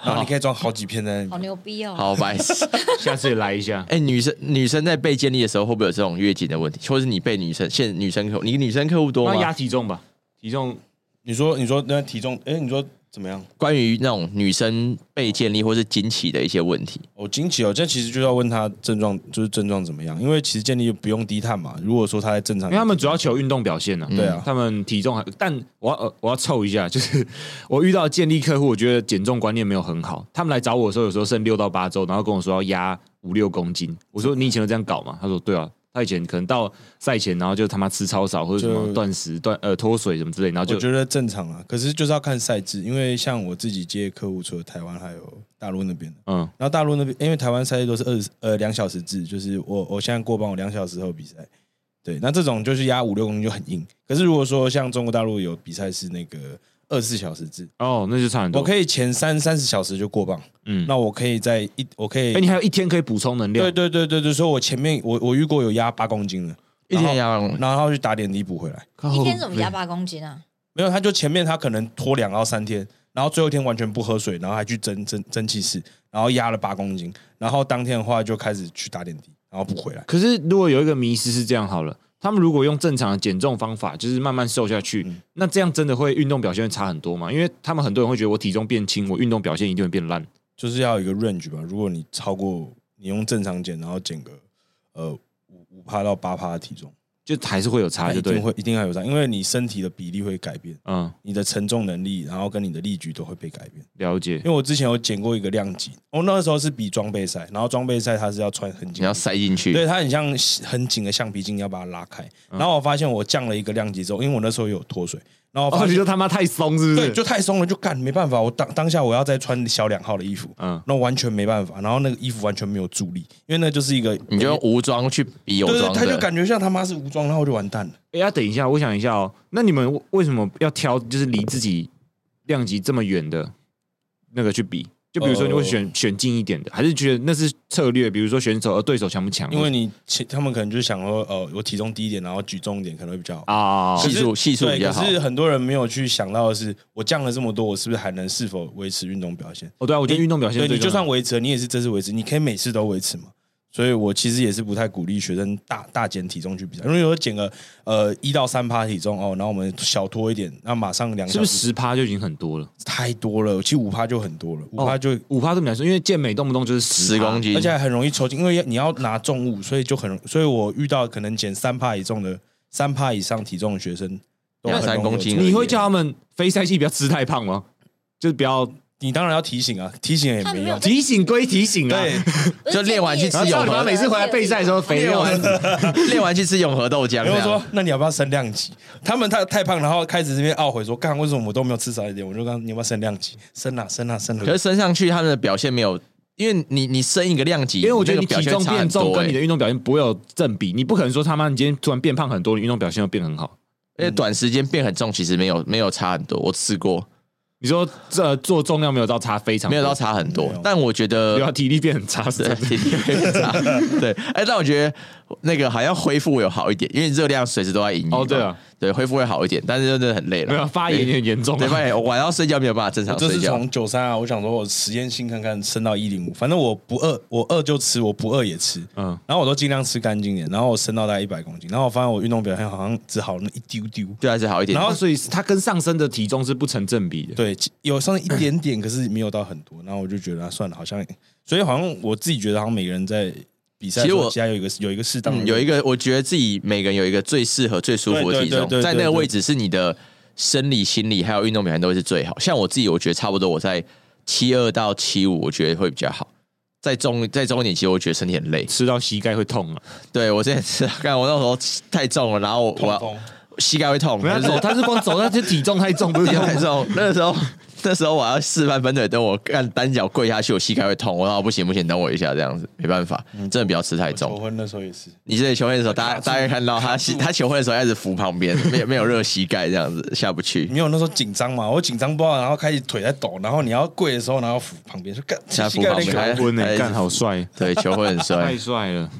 S4: 然后你可以装好几片在那
S3: 嗯好
S4: 里。
S3: 牛逼哦！
S1: 好白痴。
S2: 下次也来一下。
S1: 哎、女生女生在被建立的时候，会不会有这种月经的问题，或是你被女生现女生客户，你女生客户多啊
S2: 那压
S1: 吗？
S2: 体重吧，体重
S4: 你说，你说那体重，哎，你说怎么样？
S1: 关于那种女生被建立或是经期的一些问题，
S4: 哦，惊奇哦，这其实就要问他症状，就是症状怎么样，因为其实建立就不用低碳嘛。如果说他在正常，
S2: 因为他们主要求运动表现呢、
S1: 嗯
S4: 对啊
S2: 他们体重还，但我要呃我要凑一下， 就是我遇到建立客户，我觉得减重观念没有很好。他们来找我的时候，有时候剩六到八周，然后跟我说要压五六公斤。我说你以前有这样搞吗？他说对啊，他以前可能到赛前，然后就他妈吃超少或者什么
S4: 就
S2: 断食、断呃脱水什么之类，然后
S4: 我
S2: 就
S4: 觉得正常啊，可是就是要看赛制，因为像我自己接客户，除了台湾还有大陆那边的，
S2: 嗯
S4: 然后大陆那边因为台湾赛制都是二十呃两小时制，就是我我现在过磅，我两小时后比赛，对，那这种就是压五六公斤就很硬。可是如果说像中国大陆有比赛是那个二十四小时制，
S2: 哦，那就差很多。
S4: 我
S2: 以，
S4: 可以前三三十小时就过磅，
S2: 嗯，
S4: 那我可以在一我可以
S2: 哎，你还有一天可以补充能量
S4: 对。对对对对，所以我前面我我遇过有压八公斤的，
S1: 一天要
S2: 嗯
S4: 然后他去打点滴补回来。
S2: 靠
S3: 一天怎么加八公斤啊？
S4: 没有，他就前面他可能拖两到三天，然后最后一天完全不喝水，然后还去蒸蒸蒸汽室，然后压了八公斤，然后当天的话就开始去打点滴，然后补回来。
S2: 可是如果有一个迷失是这样好了，他们如果用正常的减重方法，就是慢慢瘦下去，
S4: 嗯
S2: 那这样真的会运动表现会差很多吗？因为他们很多人会觉得我体重变轻，我运动表现一定会变烂。
S4: 就是要有一个 range 吧。如果你超过你用正常减，然后减个呃五五趴到八趴的体重，
S2: 就还是会有差，
S4: 那
S2: 啊就
S4: 一
S2: 对
S4: 定
S2: 了，
S4: 会一定要有差，因为你身体的比例会改变，
S2: 嗯，
S4: 你的承重能力，然后跟你的力矩都会被改变。
S2: 了解
S4: 因，为我之前有减过一个量级，我、那个时候是比装备赛，然后装备赛它是要穿很紧
S1: 你要
S4: 的，
S1: 塞进去，
S4: 对，它很像很紧的橡皮筋，你要把它拉开。然后我发现我降了一个量级之后，因为我那时候有脱水，然后我
S2: 哦，
S4: 发
S2: 你
S4: 现、
S2: 就他妈太松是不
S4: 对
S2: 是？
S4: 就太松了，就干没办法，我当当下我要再穿小两号的衣服，
S2: 嗯，
S4: 那完全没办法，然后那个衣服完全没有助力，因为那就是一个
S1: 你就用无装去比有
S4: 对对，
S1: 装
S4: 他就
S1: 的，
S4: 感觉像他妈是无装，然后就完蛋了。
S2: 哎、呀，等一下，我想一下哦，那你们为什么要挑就是离自己量级这么远的那个去比？就比如说，
S4: 呃
S2: 你会选、选近一点的，还是觉得那是策略？比如说选手和呃对手强不强？
S4: 因为你其他们可能就是想说，呃，我体重低一点，然后举重一点可能会比较好。
S2: 啊，
S4: 可
S1: 系
S4: 是
S1: 数系数
S4: 对，
S1: 比较
S4: 可
S1: 好。
S4: 是很多人没有去想到的是，我降了这么多，我是不是还能是否维持运动表现？
S2: 哦，对啊，我觉得运动表现
S4: 对
S2: 最
S4: 你就
S2: 重要
S4: 算维持了，你也是这次维持，你可以每次都维持嘛。所以我其实也是不太鼓励学生大大减体重去比赛，因为有时候减个呃一到三趴体重哦，然后我们小拖一点，那马上两
S2: 是
S4: 小
S2: 不
S4: 时
S2: 是十趴就已经很多了？
S4: 太多了，其实五趴就很多了，五趴就、
S2: 五趴对我们来说，因为健美动不动就是
S1: 十
S2: 十
S1: 公，斤，
S4: 而且还很容易抽筋，因为你要拿重物，所以就很容所以我遇到可能减三趴以重的三趴以上体重的学生，都
S1: 两三
S4: 很容
S1: 公
S4: 易
S1: 斤
S4: 有抽
S1: 而已
S4: 筋
S2: 你会叫他们非赛季不要吃太胖吗？就是不要
S4: 你当然要提醒啊，提醒也
S3: 他
S4: 没
S3: 没
S4: 用
S3: 有。
S2: 提醒归提醒啊。
S4: 对，
S3: 不是啊
S1: 就练完去吃
S2: 然后
S1: 有
S2: 叫你妈
S1: 吗
S2: 每次回来备赛的时候，肥
S1: 练
S2: 肉
S1: 完练完去吃永和豆 浆，
S4: 然
S1: 这
S4: 后
S1: 样
S4: 啊说，那你要不要升量级？他们太太胖，然后开始这边懊悔说，干为什么我都没有吃少一点？我就刚你要不要升量级？升啊升啊升
S1: 可
S4: 啊！
S1: 是升上去他们的表现没有，因为你你升一个量级，
S2: 因为我觉得你
S1: 那个
S2: 体
S1: 表现
S2: 重
S1: 差很
S2: 变重
S1: 多
S2: 跟你的
S1: 欸
S2: 运动表现不会有正比，你不可能说他妈你今天突然变胖很多，你运动表现又变很好。
S1: 而且短时间变很重，其实没有没有差很多，我试过
S2: 你说这呃做重量没有到差非常
S1: 没有到
S2: 多，
S1: 差很多
S4: 没有，
S1: 但我觉得
S2: 对啊，体力变很差是
S1: 对
S2: 真的。，
S1: 有差。 对，哎，但我觉得那个好像恢复有好一点，因为热量随时都在盈余嘛。
S2: 哦对啊
S1: 对，恢复会好一点，但是真的很累了。
S2: 没有发炎也很严重
S1: 对，
S2: 啊，
S1: 发炎晚上睡觉没有办法正常
S4: 这
S1: 睡
S4: 是
S1: 觉。
S4: 从九三啊，我想说我实验性看看升到一零五，反正我不饿，我饿就吃，我不饿也吃。
S2: 嗯，
S4: 然后我都尽量吃干净点，然后我升到大概一百公斤，然后我发现我运动表现好像只好那一丢丢，
S1: 对，还是好一点。
S4: 然
S2: 然
S4: 后
S2: 后所以它跟上升的体重是不成正比的。
S4: 对，有上一点点，可是没有到很多。然后我就觉得、啊、算了，好像，所以好像我自己觉得，好像每个人在比赛的时
S1: 其实
S4: 候，
S1: 我
S4: 其他有一个有一个适当的、
S1: 嗯，有一个我觉得自己每个人有一个最适合、最舒服的
S4: 对对
S1: 体重
S4: 对对，对
S1: 在那个
S4: 对
S1: 位置是你的生理、心理还有运动表现都会是最好。像我自己，我觉得差不多我在七二到七五，我觉得会比较好。再重再重一点，其实我觉得身体很累。
S2: 吃到膝盖会痛啊！
S1: 对我之前是， 看我那时候太重了，然后我
S4: 痛
S1: 我
S4: 风。
S1: 膝盖会痛，
S2: 没有
S1: 就是
S2: 走，他是光 走，他就体重太重，不是
S1: 膝
S2: 痛
S1: 盖
S2: 吗
S1: 会痛。 那个时候，那时候我要示范分腿等我干单脚跪下去，我膝盖会痛。我说不行不行，等我一下，这样子没办法，真的不要吃太
S4: 求
S1: 重。
S4: 婚那时候也是，
S1: 你这里求婚的时候，大家大家看到他膝他求婚的时候他一直扶旁边，没有没有热膝盖这样子下不去，
S4: 没有那时候紧张嘛，我紧张不知道，然后开始腿在抖，然后你要跪的时候，然后扶旁边说干，
S1: 现在扶
S4: 膝盖有点
S1: 旁边
S4: 卡
S1: 还
S2: 温
S1: 哎
S2: 呢，干好帅，
S1: 对，求婚 很
S2: 太
S1: 衰
S2: 帅了！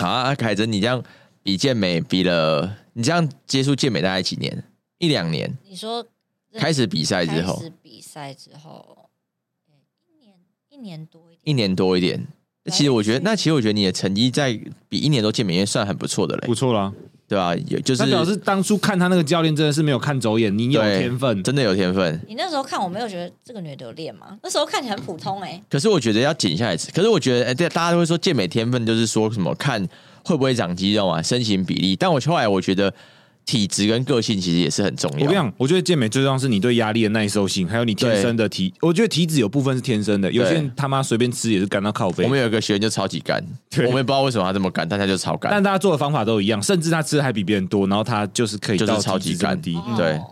S1: 好啊。凯真，你这样比健美比了，你这样接触健美大概几年？一两年
S3: 你说
S1: 开始比赛之
S3: 开
S1: 后，
S3: 始比赛之后，哎一年一年多一点，
S1: 一年多一点。其实我觉得，那其实我觉得你的成绩在比一年多健美也算很不错的嘞
S2: 哎不，错啦，
S1: 对吧、有就是
S2: 那表示当初看他那个教练真的是没有看走眼，你有
S1: 对
S2: 天分，
S1: 真的有天分。
S3: 你那时候看我没有觉得这个女的有练吗？那时候看起来很普通哎、
S1: 可是我觉得要减下来吃。可是我觉得，哎、对，大家都会说健美天分就是说什么看会不会长肌肉啊，身形比例。但我后来我觉得体质跟个性其实也是很重
S2: 我
S1: 要。
S2: 跟你讲，我觉得健美最重要是你对压力的耐受性，还有你天生的体。我觉得体脂有部分是天生的，有些人他妈随便吃也是干到靠背
S1: 我。们有一个学员就超级干，
S2: 对
S1: 我们也不知道为什么他这么干，但他就超干
S2: 但。大家做的方法都一样，甚至他吃的还比别人多，然后他就是可以
S1: 就是
S2: 到
S1: 超
S2: 体
S1: 级
S2: 脂这么
S1: 干
S2: 低。
S1: 对
S3: 哦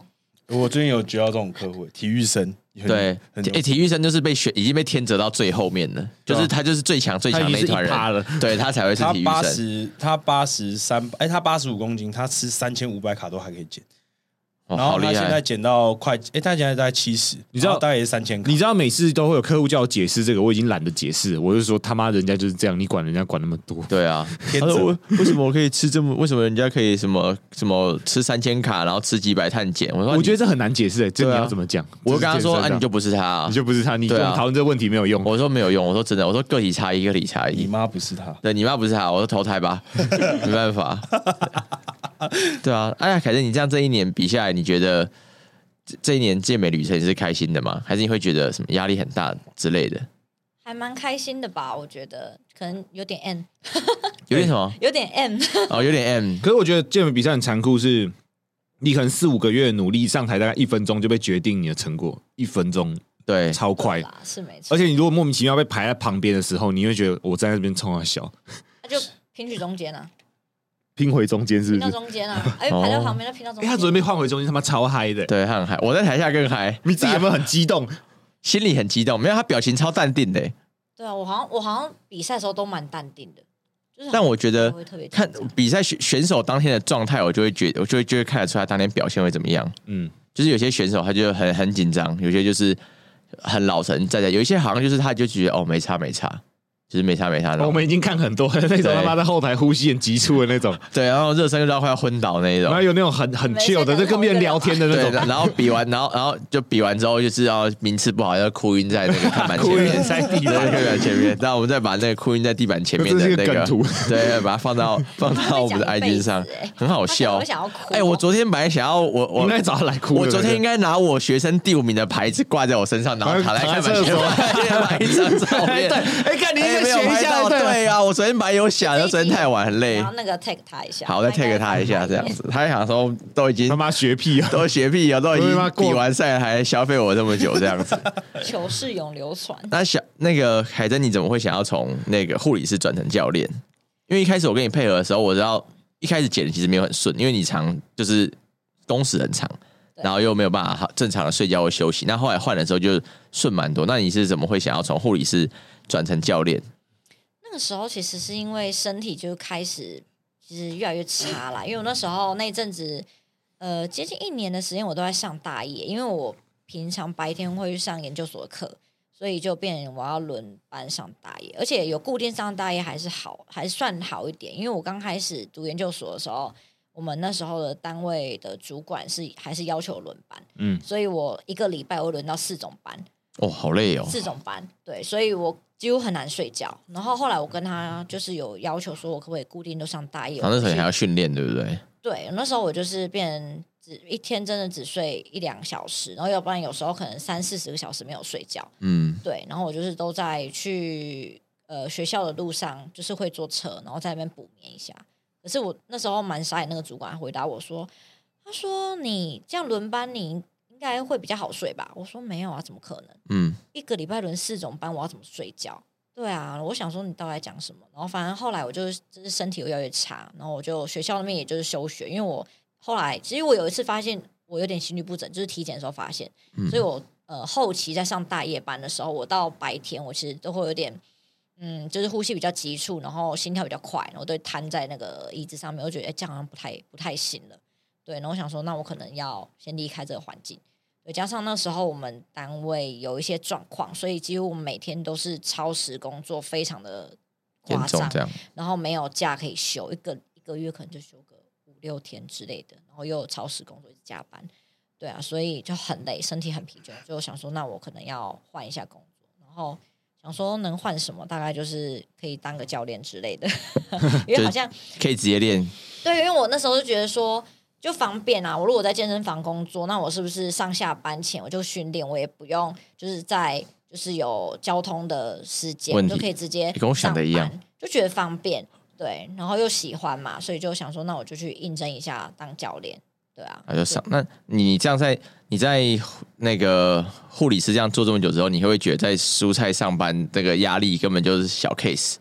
S4: 我最近有接到这种客户，体育生，很
S1: 对，
S4: 很
S1: 诶，体育生就是被选，已经被天择到最后面了，就是啊他就是最强最强那团
S2: 他已经
S1: 人
S2: 是一趴，
S1: 对他才会是
S4: 他
S1: 体育
S4: 八
S1: 生。
S4: 十，他八十三，哎，他八十五公斤，他吃三千五百卡都还可以减，
S1: 哦，
S4: 然
S1: 好
S4: 后
S1: 厉
S4: 他现在
S1: 害！
S4: 减到快，哎，他现在大概七十，
S2: 你知道
S4: 然后大概也是三千卡，
S2: 你知道每次都会有客户叫我解释这个，我已经懒得解释了，我就说他妈人家就是这样，你管人家管那么多。
S1: 对啊，
S4: 天
S1: 他
S4: 择
S1: 说为 为什么我可以吃这么？为什么人家可以什么什么吃三千卡，然后吃几百碳碱？我说
S2: 我觉
S1: 得，
S2: 得这很难解释、欸，这你
S1: 对啊
S2: 要怎么讲？
S1: 我就跟他说
S2: 这
S1: 啊，
S2: 是
S1: 你就
S2: 解释得到
S1: 不是他啊
S2: 你，就不是他，你跟
S1: 对啊
S2: 我们讨论这个问题没有用。
S1: 我说没有用，我说真的，我说个体差异，个体差
S4: 你
S1: 异。
S4: 妈不是他，
S1: 对你妈不是他，我说投胎 吧，没办法。对啊，哎呀，凯正，你这样这一年比下来，你觉得这这一年健美旅程是开心的吗？还是你会觉得什么压力很大之类的？
S3: 还蛮开心的吧？我觉得可能有点 M，
S1: 有点什么？
S3: 有点 M，
S2: 哎
S1: 哦，有点 M，
S2: 可是我觉得健美比赛很残酷是，你可能四五个月的努力上台，大概一分钟就被决定你的成果，一分钟
S1: 对，
S2: 超快。
S3: 啦，是没错。
S2: 而且你如果莫名其妙被排在旁边的时候，你会觉得我站在这边冲啊小，
S3: 他就拼去中间啊，
S2: 拼回中间是
S3: 拼
S2: 不
S3: 到
S2: 是？
S3: 中间啊，哎，排到旁边就拼到中
S2: 哎、
S3: 间。啊
S2: 他昨天被换回中间，他妈超嗨的、
S1: 对，他很嗨，我在台下更嗨，
S2: 你自己有没有很激动？
S1: 心里很激动？没有，他表情超淡定的。欸
S3: 对啊，我好像我好像比赛的时候都蛮淡定的，就是好像
S1: 但我觉得
S3: 不会特别紧
S1: 看
S3: 张
S1: 比赛选选手当天的状态，我就会觉我就会就会看得出他当天表现会怎么样。
S2: 嗯，
S1: 就是有些选手他就很很紧张，有些就是很老神在在，有一些好像就是他就觉得哦没差没差，就是没差没差那种。
S2: 我们已经看很多了那种
S1: 对
S2: 他妈在后台呼吸很急促的那种，
S1: 对，然后热身就到快要昏倒那一
S2: 然后
S1: 种。
S2: 有那种很很
S3: 没事
S2: chill 的，在跟别人聊天的那
S1: 对，
S2: 种，
S1: 然后比完，然后然后就比完之后就知道名次不好，要哭晕在那个看板前
S2: 哭
S1: 面，
S2: 晕在地
S1: 对，
S2: 板。
S1: 地板前面，那我们再把那个哭晕在地板前面的
S2: 这
S1: 那
S2: 是一个梗图
S1: 对，把它放到放到我们的 IG 上
S3: 他会讲一辈子欸，
S1: 很好笑
S3: 他可能会。想要哭哦
S1: 哎、我昨天本来想要我
S2: 我
S1: 我
S2: 应该找他来哭的。
S1: 我昨天应该拿我学生第五名的牌子挂在我身上，然后躺在看板前面拍一 张照
S2: 哎
S1: 片。
S2: 对，哎，看你应
S1: 哦哎
S2: 该
S1: 没有
S2: 写一
S1: 拍
S2: 下
S1: 到，
S2: 对
S1: 对啊，我昨天本来有想，
S3: 这
S1: 就
S3: 一集
S1: 昨天太晚很累
S3: 然，后那个 tag 他一下，
S1: 好再
S3: 应该
S1: take 他一下这样子。他想说都已经
S2: 他妈学屁 啊！
S1: 都学屁了，都已
S2: 都他妈
S1: 经
S2: 过
S1: 比完赛还消费我这么久这样子。
S3: 糗事永流传。
S1: 那小那个海珍，你怎么会想要从那个护理师转成教练？因为一开始我跟你配合的时候，我知道一开始剪其实没有很顺，因为你长就是工时很长，
S3: 对
S1: 然后又没有办法好正常的睡觉或休息。那后来换的时候就顺蛮多。那你是怎么会想要从护理师转成教练？
S3: 那个时候其实是因为身体就开始其实越来越差啦，因为我那时候那一阵子，呃，接近一年的时间我都在上大一，因为我平常白天会去上研究所的课，所以就变成我要轮班上大一，而且有固定上大一还是好，还算好一点，因为我刚开始读研究所的时候。我们那时候的单位的主管是还是要求轮班，
S2: 嗯
S3: 嗯，所以我一个礼拜我轮到四种班，
S1: 哦，好累哦，
S3: 四种班，对，所以我几乎很难睡觉。然后后来我跟他就是有要求说，我可不可以固定都上大夜？
S1: 然后那时候你还
S3: 我
S1: 要训练，对不对？
S3: 对，那时候我就是变只一天真的只睡一两小时，然后要不然有时候可能三四十个小时没有睡觉。
S1: 嗯，
S3: 对，然后我就是都在去呃学校的路上，就是会坐车，然后在那边补眠一下。可是我那时候蛮傻眼，那个主管回答我说：“他说你这样轮班，你应该会比较好睡吧？”我说：“没有啊，怎么可能？”
S1: 嗯，
S3: 一个礼拜轮四种班，我要怎么睡觉？对啊，我想说你到底在讲什么？然后反正后来我就是就是身体越来越差，然后我就学校那边也就是休学，因为我后来其实我有一次发现我有点心律不整，就是体检的时候发现，
S1: 嗯
S3: 所以我呃后期在上大夜班的时候，我到白天我其实都会有点嗯，就是呼吸比较急促，然后心跳比较快，然后都会瘫在那个椅子上面，我就觉得哎、这样好像不太不太行了，对，然后我想说那我可能要先离开这个环境。对，加上那时候我们单位有一些状况，所以几乎我们每天都是超时工作，非常的
S1: 严
S3: 夸
S1: 重
S3: 张
S1: 这。样。
S3: 然后没有假可以休，一个一个月可能就休个五六天之类的，然后又有超时工作，一直加班，对啊，所以就很累，身体很疲倦，就想说那我可能要换一下工作，然后想说能换什么，大概就是可以当个教练之类的， 因为好像
S1: 可以直接练，
S3: 对，因为我那时候就觉得说。就方便啊！我如果在健身房工作，那我是不是上下班前我就训练，我也不用就是在就是有交通的时间，
S1: 问
S3: 我
S1: 题
S3: 就可以直接
S1: 跟我想的一样
S3: 上班，就觉得方便，对，然后又喜欢嘛，所以就想说，那我就去应征一下当教练，对啊，
S1: 那就上。那你这样在你在那个护理师这样做这么久之后，你会不会觉得在蔬菜上班这个压力根本就是小 case？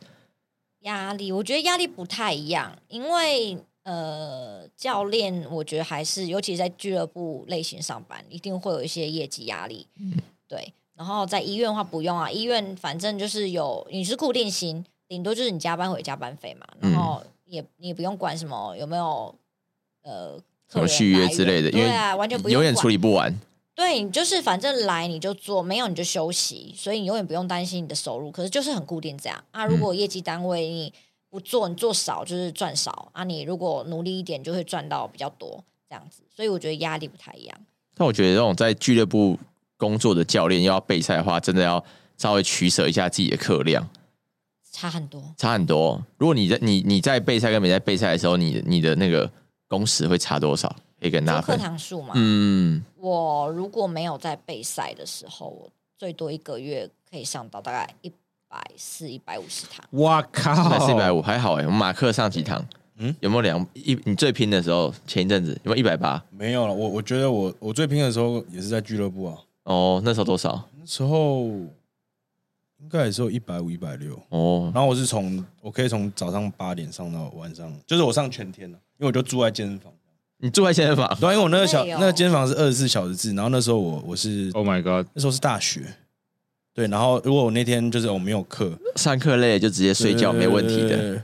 S3: 压力，我觉得压力不太一样，因为嗯、呃，教练，我觉得还是，尤其在俱乐部类型上班，一定会有一些业绩压力。
S1: 嗯
S3: 对。然后在医院的话不用啊，医院反正就是有你是固定薪，顶多就是你加班会有加班费嘛，
S1: 嗯
S3: 然后也你不用管什么有没有呃
S1: 什
S3: 客
S1: 么
S3: 人
S1: 续约
S3: 来
S1: 之类的，因
S3: 对
S1: 为
S3: 啊，完全不用
S1: 永远
S3: 管
S1: 处理不完。
S3: 对你就是反正来你就做，没有你就休息，所以你永远不用担心你的收入。可是就是很固定这样啊。如果业绩单位你不做，你做少就是赚少啊。你如果努力一点，就会赚到比较多这样子。所以我觉得压力不太一样。
S1: 但我觉得这种在俱乐部工作的教练要备赛的话，真的要稍微取舍一下自己的课量，
S3: 差很多，
S1: 差很多。如果你在你你在备赛跟没在备赛的时候，你你的那个工时会差多少？可以跟大
S3: 就
S1: 家
S3: 课
S1: 分享。
S3: 堂数嘛。
S1: 嗯，
S3: 我如果没有在备赛的时候，我最多一个月可以上到大概一百四、一百五十堂。
S2: 哇
S1: 还
S2: 靠，
S1: 是一百五还好哎、我们马克上几堂？嗯
S4: 嗯，
S1: 有没有两一？你最拼的时候，前一阵子有没有一百八？
S4: 没有了。我我觉得我我最拼的时候也是在俱乐部啊，
S1: 哦，那时候多少？
S4: 那时候应该也是有一百五、一百六。
S1: 哦，
S4: 然后我是从我可以从早上八点上到晚上，就是我上全天了、因为我就住在健身房。
S1: 你住在健身房？
S4: 对啊、因为我那个小
S3: 好累哦
S4: 那个健身房是二十四小时制，然后那时候我我是
S2: ，Oh my God，
S4: 那时候是大学，对，然后如果我那天就是我没有课，
S1: 上课累了就直接睡觉，没问题
S4: 对
S1: 的。。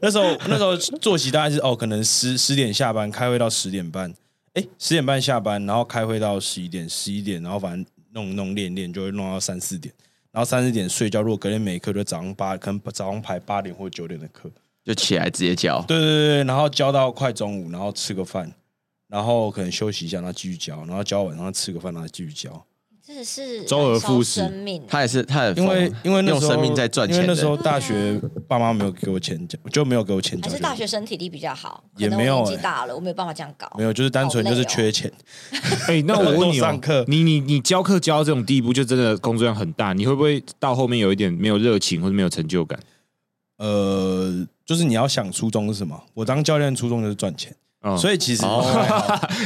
S4: 那时候那时候作息大概是哦，可能十十点下班，开会到十点半，哎，十点半下班，然后开会到十一点，十一点，然后反正弄弄练练，就会弄到三四点，然后三四点睡觉。如果隔天没课，就早上八，可能早上排八点或九点的课。
S1: 就起来直接教。
S4: 对对对对，然后教到快中午，然后吃个饭，然后可能休息一下，然后继续教，然后教晚上吃个饭，然后继续教。
S3: 真的是
S2: 周而复始
S3: 燃烧生命，啊
S1: 他也是，他很疯
S4: 因为因为
S1: 哦
S4: 那
S1: 用
S4: 时候
S1: 生命在赚
S4: 因
S1: 钱
S4: 为那时候
S1: 的。
S4: 大学爸妈没有给我钱，就没有给我钱教
S3: 还
S4: 练。
S3: 是大学生体力比较好，可
S4: 也
S3: 能我
S4: 没有
S3: 年纪
S4: 欸
S3: 大了，我没有办法这样搞。
S4: 没有，就是单纯就是缺钱。
S2: 哎、那 我问你、
S4: 多上
S2: 哦
S4: 课，
S2: 你你你教课教到这种地步，就真的工作量很大，你会不会到后面有一点没有热情或者没有成就感？
S4: 呃，就是你要想初衷是什么？我当教练初衷就是赚钱，
S2: 嗯，
S4: 所以其实、
S1: 哦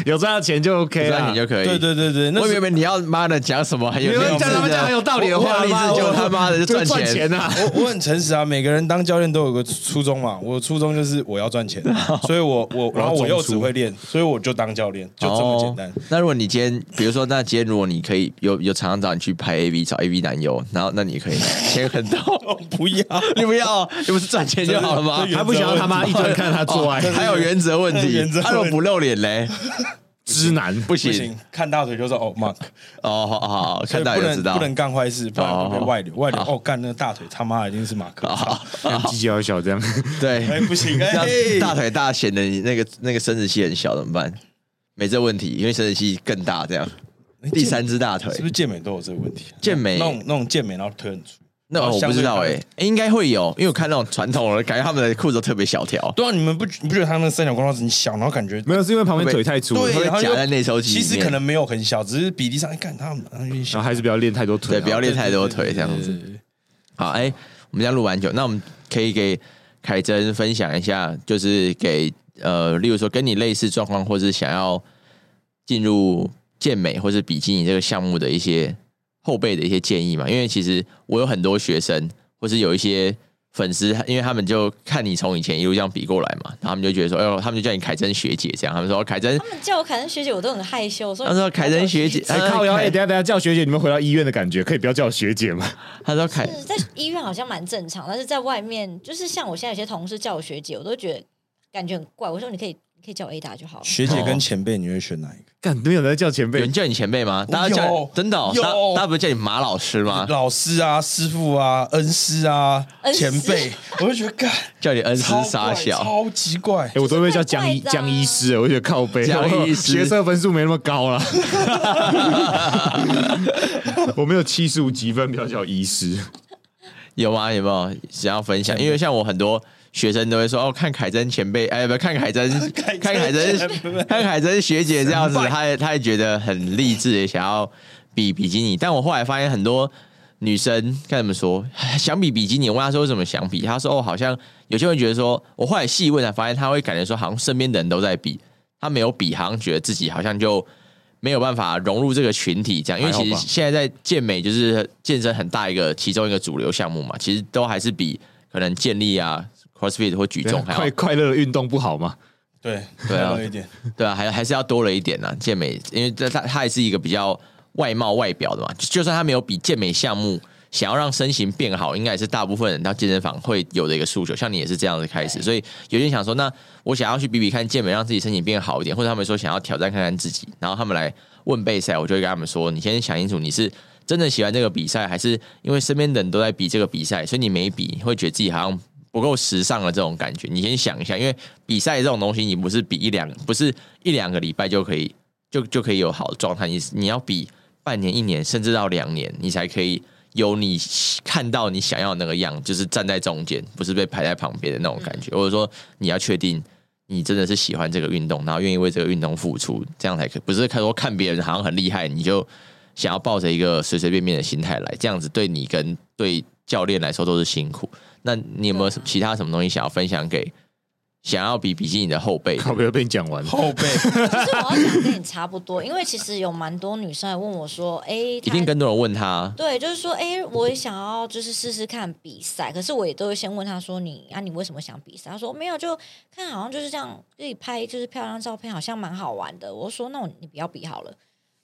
S2: 有赚到钱就 OK
S1: 赚
S2: 了
S1: 你。就可以。
S4: 对对对对，那
S1: 我以
S4: 是
S1: 为你要妈的讲什么很有
S2: 你
S1: 励
S2: 们
S1: 志
S2: 讲他们讲很有
S1: 的，
S2: 道理的话，
S1: 我我我他妈的就赚
S2: 赚
S1: 钱
S2: 钱 啊！
S4: 我我很诚实啊，每个人当教练都有个初衷嘛。我的初衷就是我要 赚钱，所以我我然后我又只会练，所以我就当教练，就这么简单
S1: 哦。那如果你今天，比如说，那今天如果你可以有有厂商找你去拍 AV，找 AV 男优，然后那你可以钱很多，
S4: 不要，
S1: 你不要，你不是赚钱就好了吗
S4: 这？
S2: 他不想要他妈一直看他做爱，
S1: 哦 还有原则问
S4: 这是
S1: 题
S4: 原则，问题
S1: 他如果不露脸嘞，
S2: 直男
S1: 不
S4: 不
S1: 行
S4: 行，看大腿就说哦 Mark，
S1: 哦，好好好，
S4: 所
S1: 看
S4: 以
S1: 到
S4: 不
S1: 就
S4: 能
S1: 知道
S4: 不。能干坏事，不然会被外流。外流哦，干那个大腿他妈一定是马克。
S2: 鸡脚小这样，
S1: 对
S4: 哎，，不 行，哎
S1: 要，大腿大显得你那个那个生殖器很小怎么办？没这问题，因为生殖器更大，这样
S4: 哎
S1: 第三只大腿
S4: 是不是健美都有这个问题啊？
S1: 健美
S4: 那种那种健美，然后腿很粗。
S1: 那我不知道
S4: 相
S1: 哎、
S4: 对
S1: 欸欸应该会有，因为我看那种传统的，感觉他们的裤子都特别小条，
S4: 对啊，你们不你不觉得他们三角关系很小，然后感觉
S2: 没有是因为旁边腿太粗，
S4: 对，
S1: 啊会啊
S4: 然后又
S1: 夹在内收肌里
S4: 其
S1: 面
S4: 实可能没有很小，只是比例上，哎，看他们有点
S2: 然后
S4: 小。
S2: 还是不要练太多腿
S1: 对，
S2: 啊，
S1: 不要练太多腿这样
S4: 对
S1: 子。
S4: 对对对
S1: 好，哎、我们这样录完酒，那我们可以给凯珍分享一下，就是给呃，例如说跟你类似状况，或是想要进入健美或是比基尼这个项目的一些呃后辈的一些建议嘛。因为其实我有很多学生，或是有一些粉丝，因为他们就看你从以前一路这样比过来嘛，然哦后他们就觉得说，哎呦，他们就叫你凯珍学姐这样，他们说哦凯珍
S3: 他。们叫我凯恩学姐，我都很害羞。说
S1: 他说：“凯珍学姐，
S2: 哎
S1: 呃
S2: 靠腰！
S1: 凯
S2: 哎，等一下等一下，叫学姐，你们回到医院的感觉，可以不要叫我学姐吗？
S1: 他说凯
S3: 是在医院好像蛮正常，但是在外面，就是像我现在有些同事叫我学姐，我都觉得感觉很怪。我说你可以，你可以叫我 Ada 就好了。
S4: 学姐跟前辈，你会选哪一个？
S2: 干，没有人在叫前
S1: 有
S2: 辈
S1: 人，叫你前辈 吗？大家叫
S4: 有
S1: 真的哦，
S4: 有
S1: 大家大家不是叫你马老师吗？
S4: 老师啊，师傅啊，恩师啊
S3: 恩，师
S4: 前辈，我就觉得干
S1: 叫你恩师
S4: 超
S1: 傻
S4: 怪
S1: 小，
S4: 超级怪
S2: 哎，。我都被叫江医
S3: 就是怪怪的啊
S2: 江医师，我觉得靠背，
S1: 江医师
S2: 我学测分数没那么高了， 我没有七十五积分，不要叫我医师。
S1: 有吗？有没有想要分享？因为像我很多学生都会说，哦，看凯珍前辈，哎，不，看凯珍，
S4: 凯
S1: 看
S4: 珍
S1: 凯珍
S4: 前，
S1: 看凯珍学姐这样子，他也他也觉得很励志，也想要比比基尼。但我后来发现很多。女生该怎么说？ 想比比基尼，我问她说为什么想比，她说哦，好像有些人觉得说，我后来细问才发现，她会感觉说，好像身边的人都在比，她没有比，好像觉得自己好像就没有办法融入这个群体，这样，因为其
S2: 还
S1: 实
S2: 好吧
S1: 现在在健美就是健身很大一个其中一个主流项目嘛，其实都还是比可能健力啊、 CrossFit 或举重，还
S2: 快
S1: 有
S2: 快乐的运动不好吗？
S4: 对
S1: 对啊
S4: 多一点，
S1: 对啊，还还是要多了一点呢、健美，因为这它它也是一个比较外貌外表的嘛，就就算它没有比健美项目，想要让身形变好，应该也是大部分人到健身房会有的一个诉求。像你也是这样子开始，所以有些人想说，那我想要去比比看健美，让自己身形变好一点，或者他们说想要挑战看看自己，然后他们来问备赛，我就会跟他们说，你先想清楚你是。真的喜欢这个比赛，还是因为身边的人都在比这个比赛，所以你没比，会觉得自己好像不够时尚的这种感觉。你先想一下，因为比赛这种东西，你不是比一两，不是一两个礼拜就可以就就可以有好的状态，你你要比半年、一年，甚至到两年，你才可以有你看到你想要的那个样，就是站在中间，不是被排在旁边的那种感觉。或者说，你要确定你真的是喜欢这个运动，然后愿意为这个运动付出，这样才可以。不是看说看别人好像很厉害，你就想要抱着一个随随便便的心态来，这样子对你跟对教练来说都是辛苦。那你有没有什么其他什么东西想要分享给想要比比基尼的后 辈的？
S2: 靠，不要被你讲完了。
S4: 后背
S3: 其实我要想跟你差不多，因为其实有蛮多女生来问我说：“哎、
S1: 一
S3: 她
S1: 定更多人问他，
S3: 对，就是说，哎、我也想要就是试试看比赛，可是我也都会先问他说你，啊，你为什么想比赛？他说没有，就看好像就是这样，自己拍就是漂亮照片，好像蛮好玩的。我说那我你不要比好了，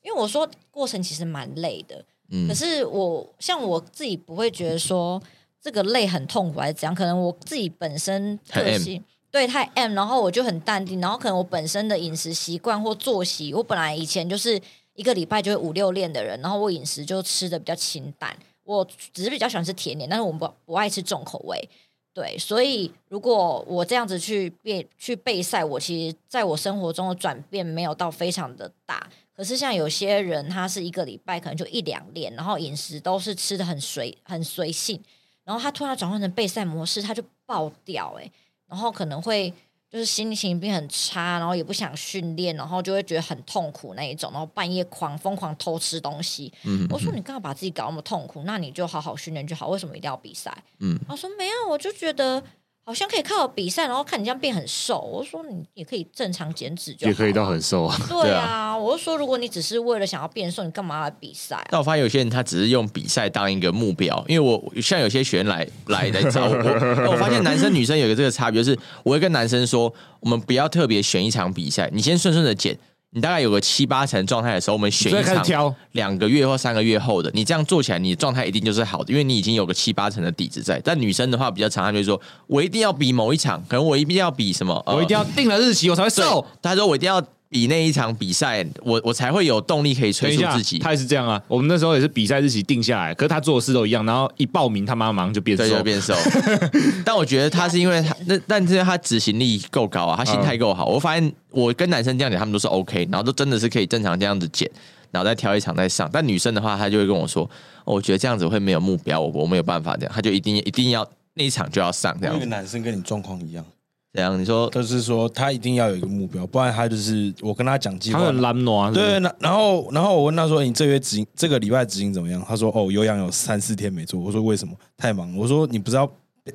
S3: 因为我说过程其实蛮累的，
S1: 嗯
S3: 可是我像我自己不会觉得说这个累很痛苦还是怎样，可能我自己本身
S1: 太
S3: 个
S1: M
S3: 性。对，太 M，然后我就很淡定，然后可能我本身的饮食习惯或作息，我本来以前就是一个礼拜就会五六练的人，然后我饮食就吃的比较清淡，我只是比较喜欢吃甜点，但是我不不爱吃重口味。对，所以如果我这样子去变去备赛，我其实在我生活中的转变没有到非常的大。可是像有些人，他是一个礼拜可能就一两练，然后饮食都是吃的很随很随性，然后他突然转换成备赛模式，他就爆掉哎、欸然后可能会就是心情变很差，然后也不想训练，然后就会觉得很痛苦那一种，然后半夜狂疯狂偷吃东西。
S1: 嗯
S3: 我说你干嘛把自己搞那么痛苦？那你就好好训练就好，为什么一定要比赛？
S1: 嗯
S3: 他说没有，我就觉得好像可以靠比赛，然后看你这样变很瘦。我说你也可以正常减脂就好
S2: 也可以到很瘦啊，
S3: 对啊。我就说如果你只是为了想要变瘦，你干嘛要来比赛啊、
S1: 但我发现有些人他只是用比赛当一个目标，因为我像有些学员来来来找我， 我我发现男生女生有一个这个差别，就是我会跟男生说，我们不要特别选一场比赛，你先顺顺的减，你大概有个七八成状态的时候，我们选
S2: 所以
S1: 一
S2: 开始
S1: 场
S2: 挑。
S1: 两个月或三个月后的，你这样做起来，你的状态一定就是好的，因为你已经有个七八成的底子在。但女生的话比较常，她就会说，我一定要比某一场，可能我一定要比什么，呃
S2: 我一定要定了日期，我才会瘦
S1: 对。，她说我一定要比那一场比赛，我我才会有动力可以
S2: 等
S1: 催
S2: 一
S1: 促
S2: 下
S1: 自己，。
S2: 他也是这样啊。我们那时候也是比赛日期定下来，可是他做的事都一样，然后一报名，他妈马上就变瘦
S1: 对，。就变瘦。 但我觉得他是因为他那，但是他执行力够高啊，他心态够
S4: 嗯
S1: 好。我发现我跟男生这样讲，他们都是 OK，然后都真的是可以正常这样子减，然后再挑一场再上。但女生的话，她就会跟我说：“哦，我觉得这样子会没有目标，我我没有办法这样。”她就一定一定要那一场就要上这
S4: 那
S1: 样
S4: 个男生跟你状况一样，
S1: 这样。你说
S4: 就是说他一定要有一个目标，不然他就是我跟他讲计
S2: 他
S4: 划
S2: 很，懒惰啊，是不是
S4: 对，，然然后然后我问他说：“你这月执行这个礼拜执行怎么样？”他说：“哦，有氧有三四天没做。”我说：“为什么？太忙了。”我说：“你不是要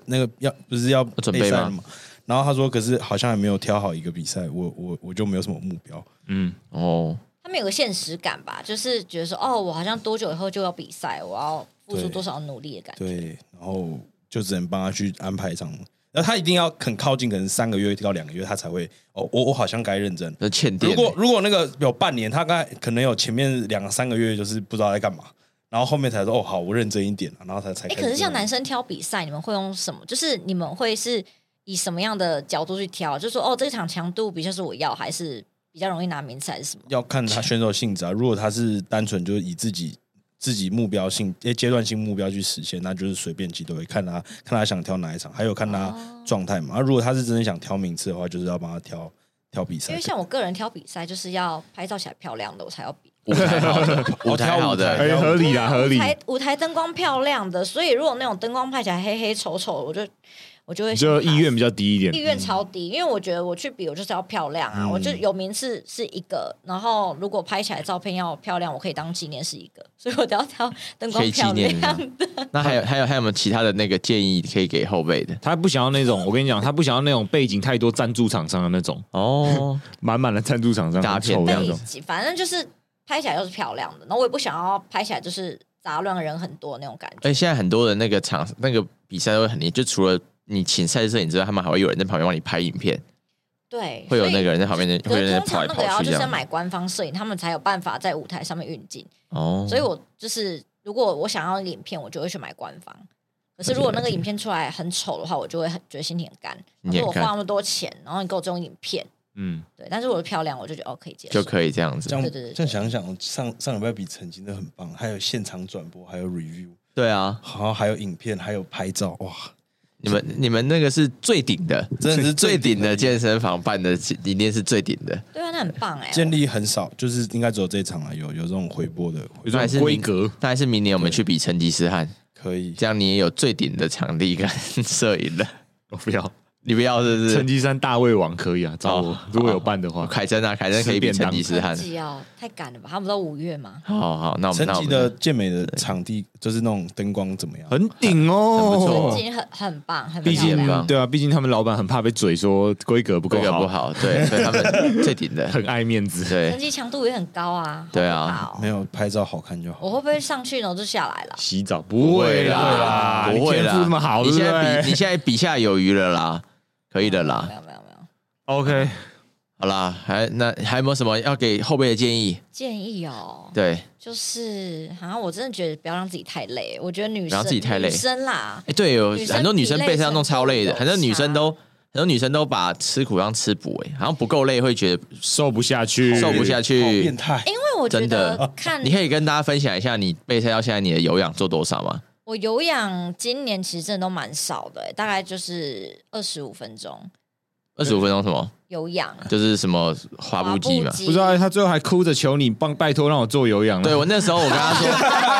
S4: 那个要不是要
S1: 准备吗
S4: 备赛了吗？”然后他说：“可是好像还没有挑好一个比赛，我我我就没有什么目标。
S2: 嗯，
S1: 哦，
S3: 他们有个现实感吧，就是觉得说哦，我好像多久以后就要比赛，我要付出
S4: 对
S3: 多少努力的感觉。
S4: 对，然后就只能帮他去安排一场。然后他一定要很靠近，可能三个月到两个月，他才会哦，我我好像该认真。
S1: 那欠电
S4: 如
S1: 欸、
S4: 果如果那个有半年，他刚才可能有前面两三个月就是不知道在干嘛，然后后面才说哦好，我认真一点，然后才才
S3: 哎、
S4: 开始。
S3: 可是像男生挑比赛，你们会用什么？就是你们会是以什么样的角度去挑？就是说哦，这场强度比较是我要，还是比较容易拿名次，还是什么？
S4: 要看他选手性质啊，如果他是单纯就是以自己自己目标性诶阶段性目标去实现，那就是随便其都会看他看他想挑哪一场，还有看他
S3: 哦
S4: 状态嘛。啊、如果他是真的想挑名次的话，就是要帮他挑挑比赛，
S3: 因为像我个人挑比赛，就是要拍照起来漂亮的，我才要比。
S1: 舞台好的，舞台好
S4: 哦挑舞台
S1: 的，
S2: 哎，合理啦，合
S3: 舞
S2: 理。
S3: 台舞台灯光漂亮的，所以如果那种灯光拍起来黑黑丑丑，我就我就会
S2: 你就
S3: 想
S2: 意愿比较低一点
S3: 意。愿超低，因为我觉得我去比，我就是要漂亮啊，我就
S1: 嗯
S3: 有名次是一个，然后如果拍起来照片要漂亮，我可以当纪念是一个，所以我都要挑灯
S1: 可
S3: 光
S1: 以纪
S3: 漂
S1: 念一下
S3: 亮。。
S1: 那还有还有还有没有其他的那个建议可以给后辈的？
S2: 他不想要那种，我跟你讲，他不想要那种背景太多赞助厂商的那种，
S1: 哦，
S2: 满满的赞助厂商，
S1: 诈
S2: 很
S1: 骗
S2: 丑的
S1: 这
S2: 那
S1: 样
S3: 背
S2: 种。
S3: 景反正就是拍起来就是漂亮的，然后我也不想要拍起来就是杂乱人很多那种感觉。
S1: 哎而且现在很多的那个场那个比赛都会很厉害，就除了你请赛事摄影之外，他们还会有人在旁边帮你拍影片，
S3: 对，
S1: 会有
S3: 所以
S1: 那个人在旁边，会
S3: 可
S1: 有人在
S3: 是通
S1: 跑来
S3: 常那个
S1: 跑
S3: 要
S1: 去
S3: 就
S1: 这
S3: 是要
S1: 样。
S3: 买官方摄影，他们才有办法在舞台上面运镜。
S1: 哦，
S3: 所以我就是，如果我想要影片，我就会去买官方。可是如果那个影片出来很丑的话，我就会很觉得心情很干。
S1: 你
S3: 因
S1: 也
S3: 为我花
S1: 看
S3: 那么多钱，然后你给我这种影片，
S2: 嗯，
S3: 对，但是我的漂亮，我就觉得哦可以接
S1: 就
S3: 受。
S1: 可以这样子
S4: 这。样
S3: 对对对
S4: 这样想一想，上上礼拜比成绩真的很棒，还有现场转播，还有 review，
S1: 对啊，
S4: 好像还有影片，还有拍照，哇！
S1: 你们你们那个是最顶的，
S4: 真的是
S1: 最
S4: 最
S1: 顶
S4: 顶
S1: 的
S4: 的
S1: 健身房办的，一定是最顶的。
S3: 对啊，那很棒哎、
S4: 建立很少，就是应该只有这一场啊，有有这种回播的，
S2: 有
S1: 那还是
S2: 这种规
S1: 明
S2: 格，
S1: 那还是明年我们去比成吉思汗，
S4: 可以
S1: 这样你也有最顶的场地跟摄影了。
S2: 我不要。
S1: 你不要是不
S2: 成
S1: 是？
S2: 吉山大胃王可以啊，找我
S1: 好，
S2: 如果有办的话。
S1: 凯真啊，凯真可以比成吉思汗。
S3: 自己要哦太赶了吧？他们都五月嘛，
S1: 好好，那我们
S4: 成
S1: 那我
S4: 绩
S1: 们
S4: 的健美的场地，就是那种灯光怎么样？
S2: 很顶
S1: 很不错
S2: 哦
S3: 已，经很很棒，很
S2: 毕
S3: 漂
S2: 竟
S1: 很
S3: 亮。
S1: 棒
S2: 对啊，毕竟他们老板很怕被嘴说规格不够
S1: 规格不
S2: 好，
S1: 好，对，所以他 们最顶的，
S2: 很爱面子。
S3: 成
S1: 对，
S3: 绩强度也很高啊。
S1: 对啊
S3: 好可怕
S4: 没
S3: 哦，
S4: 有拍照好看就好。
S3: 我会不会上去然后就下来了？
S2: 洗澡不会啦，
S1: 不会
S2: 你
S1: 啦，
S2: 天赋那么好，
S1: 你
S2: 对不
S1: 现在
S2: 对嗯
S1: 比你现在比下有余了啦，可以的啦
S3: 没。有没有没有
S2: OK，
S1: 好啦，还那还有没有什么要给后辈的建议？
S3: 建议哦，
S1: 对，
S3: 就是好像我真的觉得不要让自己太累，我觉得女生
S1: 让自己太累
S3: 女生啦，
S1: 哎，对，有
S3: 女生
S1: 很多女生
S3: 比
S1: 被
S3: 累
S1: 这样弄超累的，
S3: 程度
S1: 很
S3: 有
S1: 多女生
S3: 差
S1: 都很多女生都把吃苦当吃补，哎，好像不够累会觉得
S2: 瘦不下去，
S1: 瘦不下
S4: 好
S1: 去
S4: 变。态，
S3: 因为我觉
S1: 真的
S2: 哦
S3: 得看
S1: 你可以跟大家分享一下你备赛到现在你的有氧做多少吗？
S3: 我有氧今年其实真的都蛮少的、大概就是二十五分钟
S1: 二十五分钟什么？
S3: 有氧。
S1: 就是什么滑步机嘛。
S2: 不知道他最后还哭着求你帮拜托让我做有氧 啊
S1: 对
S2: 了。
S1: 我那时候我跟 他说，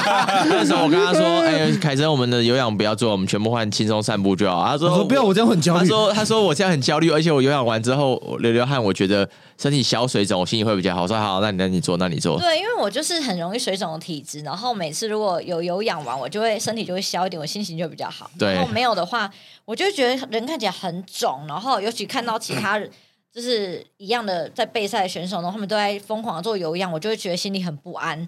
S1: 那时候我跟他说，哎、凯森，我们的有氧不要做，我们全部换轻松散步就好。他说
S2: 我说不要，我这样很焦
S1: 他
S2: 虑。
S1: 说他说我现在很焦虑，而且我有氧完之后我流流汗，我觉得身体小水肿，我心里会比较好。我说好，那你那你做，那你做。
S3: 对，因为我就是很容易水肿的体质，然后每次如果有有氧完，我就会身体就会消一点，我心情就比较好。
S1: 对
S3: 然后没有的话，我就会觉得人看起来很肿，然后尤其看到其他人就是一样的在备赛的选手，然后他们都在疯狂地做有氧，我就会觉得心里很不安，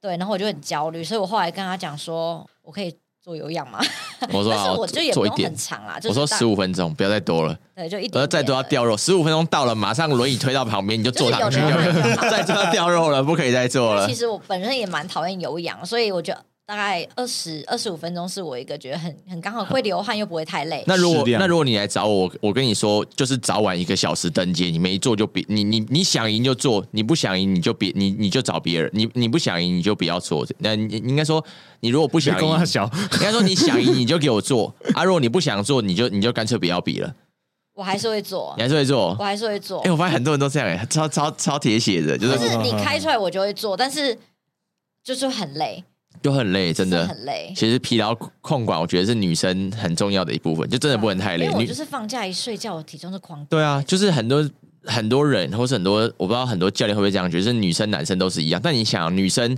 S3: 对，然后我就很焦虑，所以我后来跟他讲说，我可以做有氧吗？
S1: 我说
S3: 但是
S1: 好，
S3: 我就也不
S1: 做一
S3: 用
S1: 点
S3: 很。长啦，就是
S1: 我说
S3: 大
S1: 十五分钟，不要再多了。
S3: 对，就一
S1: 我
S3: 点
S1: 说再多要
S3: 点
S1: 掉
S3: 而已
S1: 肉，十五分钟到了，马上轮椅推到旁边，你就坐上去，
S3: 就是 有流汗
S1: 再多要掉肉了，不可以再做
S3: 因为
S1: 了
S3: 其。实我本身也蛮讨厌有氧，所以我觉得大概二十二十五分钟是我一个觉得很很刚好会流汗又不会太累。
S1: 那如果
S2: 适量
S1: 那如果你来找我，我我跟你说，就是早晚一个小时登阶，你没做就别你你你想赢就做，你不想赢你就别你你就找别人，你你不想赢你就不要做。那你你应该说，你如果不想
S2: 别
S1: 赢，
S2: 跟他小，
S1: 应该说你想赢你就给我做啊，如果你不想做，你就你就干脆不要比了，
S3: 我还是会做
S1: 你，还是会做
S3: 我。还是会做。
S1: 哎、我发现很多人都这样、哎，超超超铁血的，就
S3: 就是是你开出来我就会做，但是就是很累，
S1: 就很累，真的
S3: 是很累。
S1: 其实疲劳控管，我觉得是女生很重要的一部分，就真的不能太累。
S3: 因为我
S1: 女
S3: 就是放假一睡觉，我体重就狂
S1: 对啊，就是很多很多人，或是很多我不知道很多教练会不会这样觉得，就是女生男生都是一样。但你想，啊女生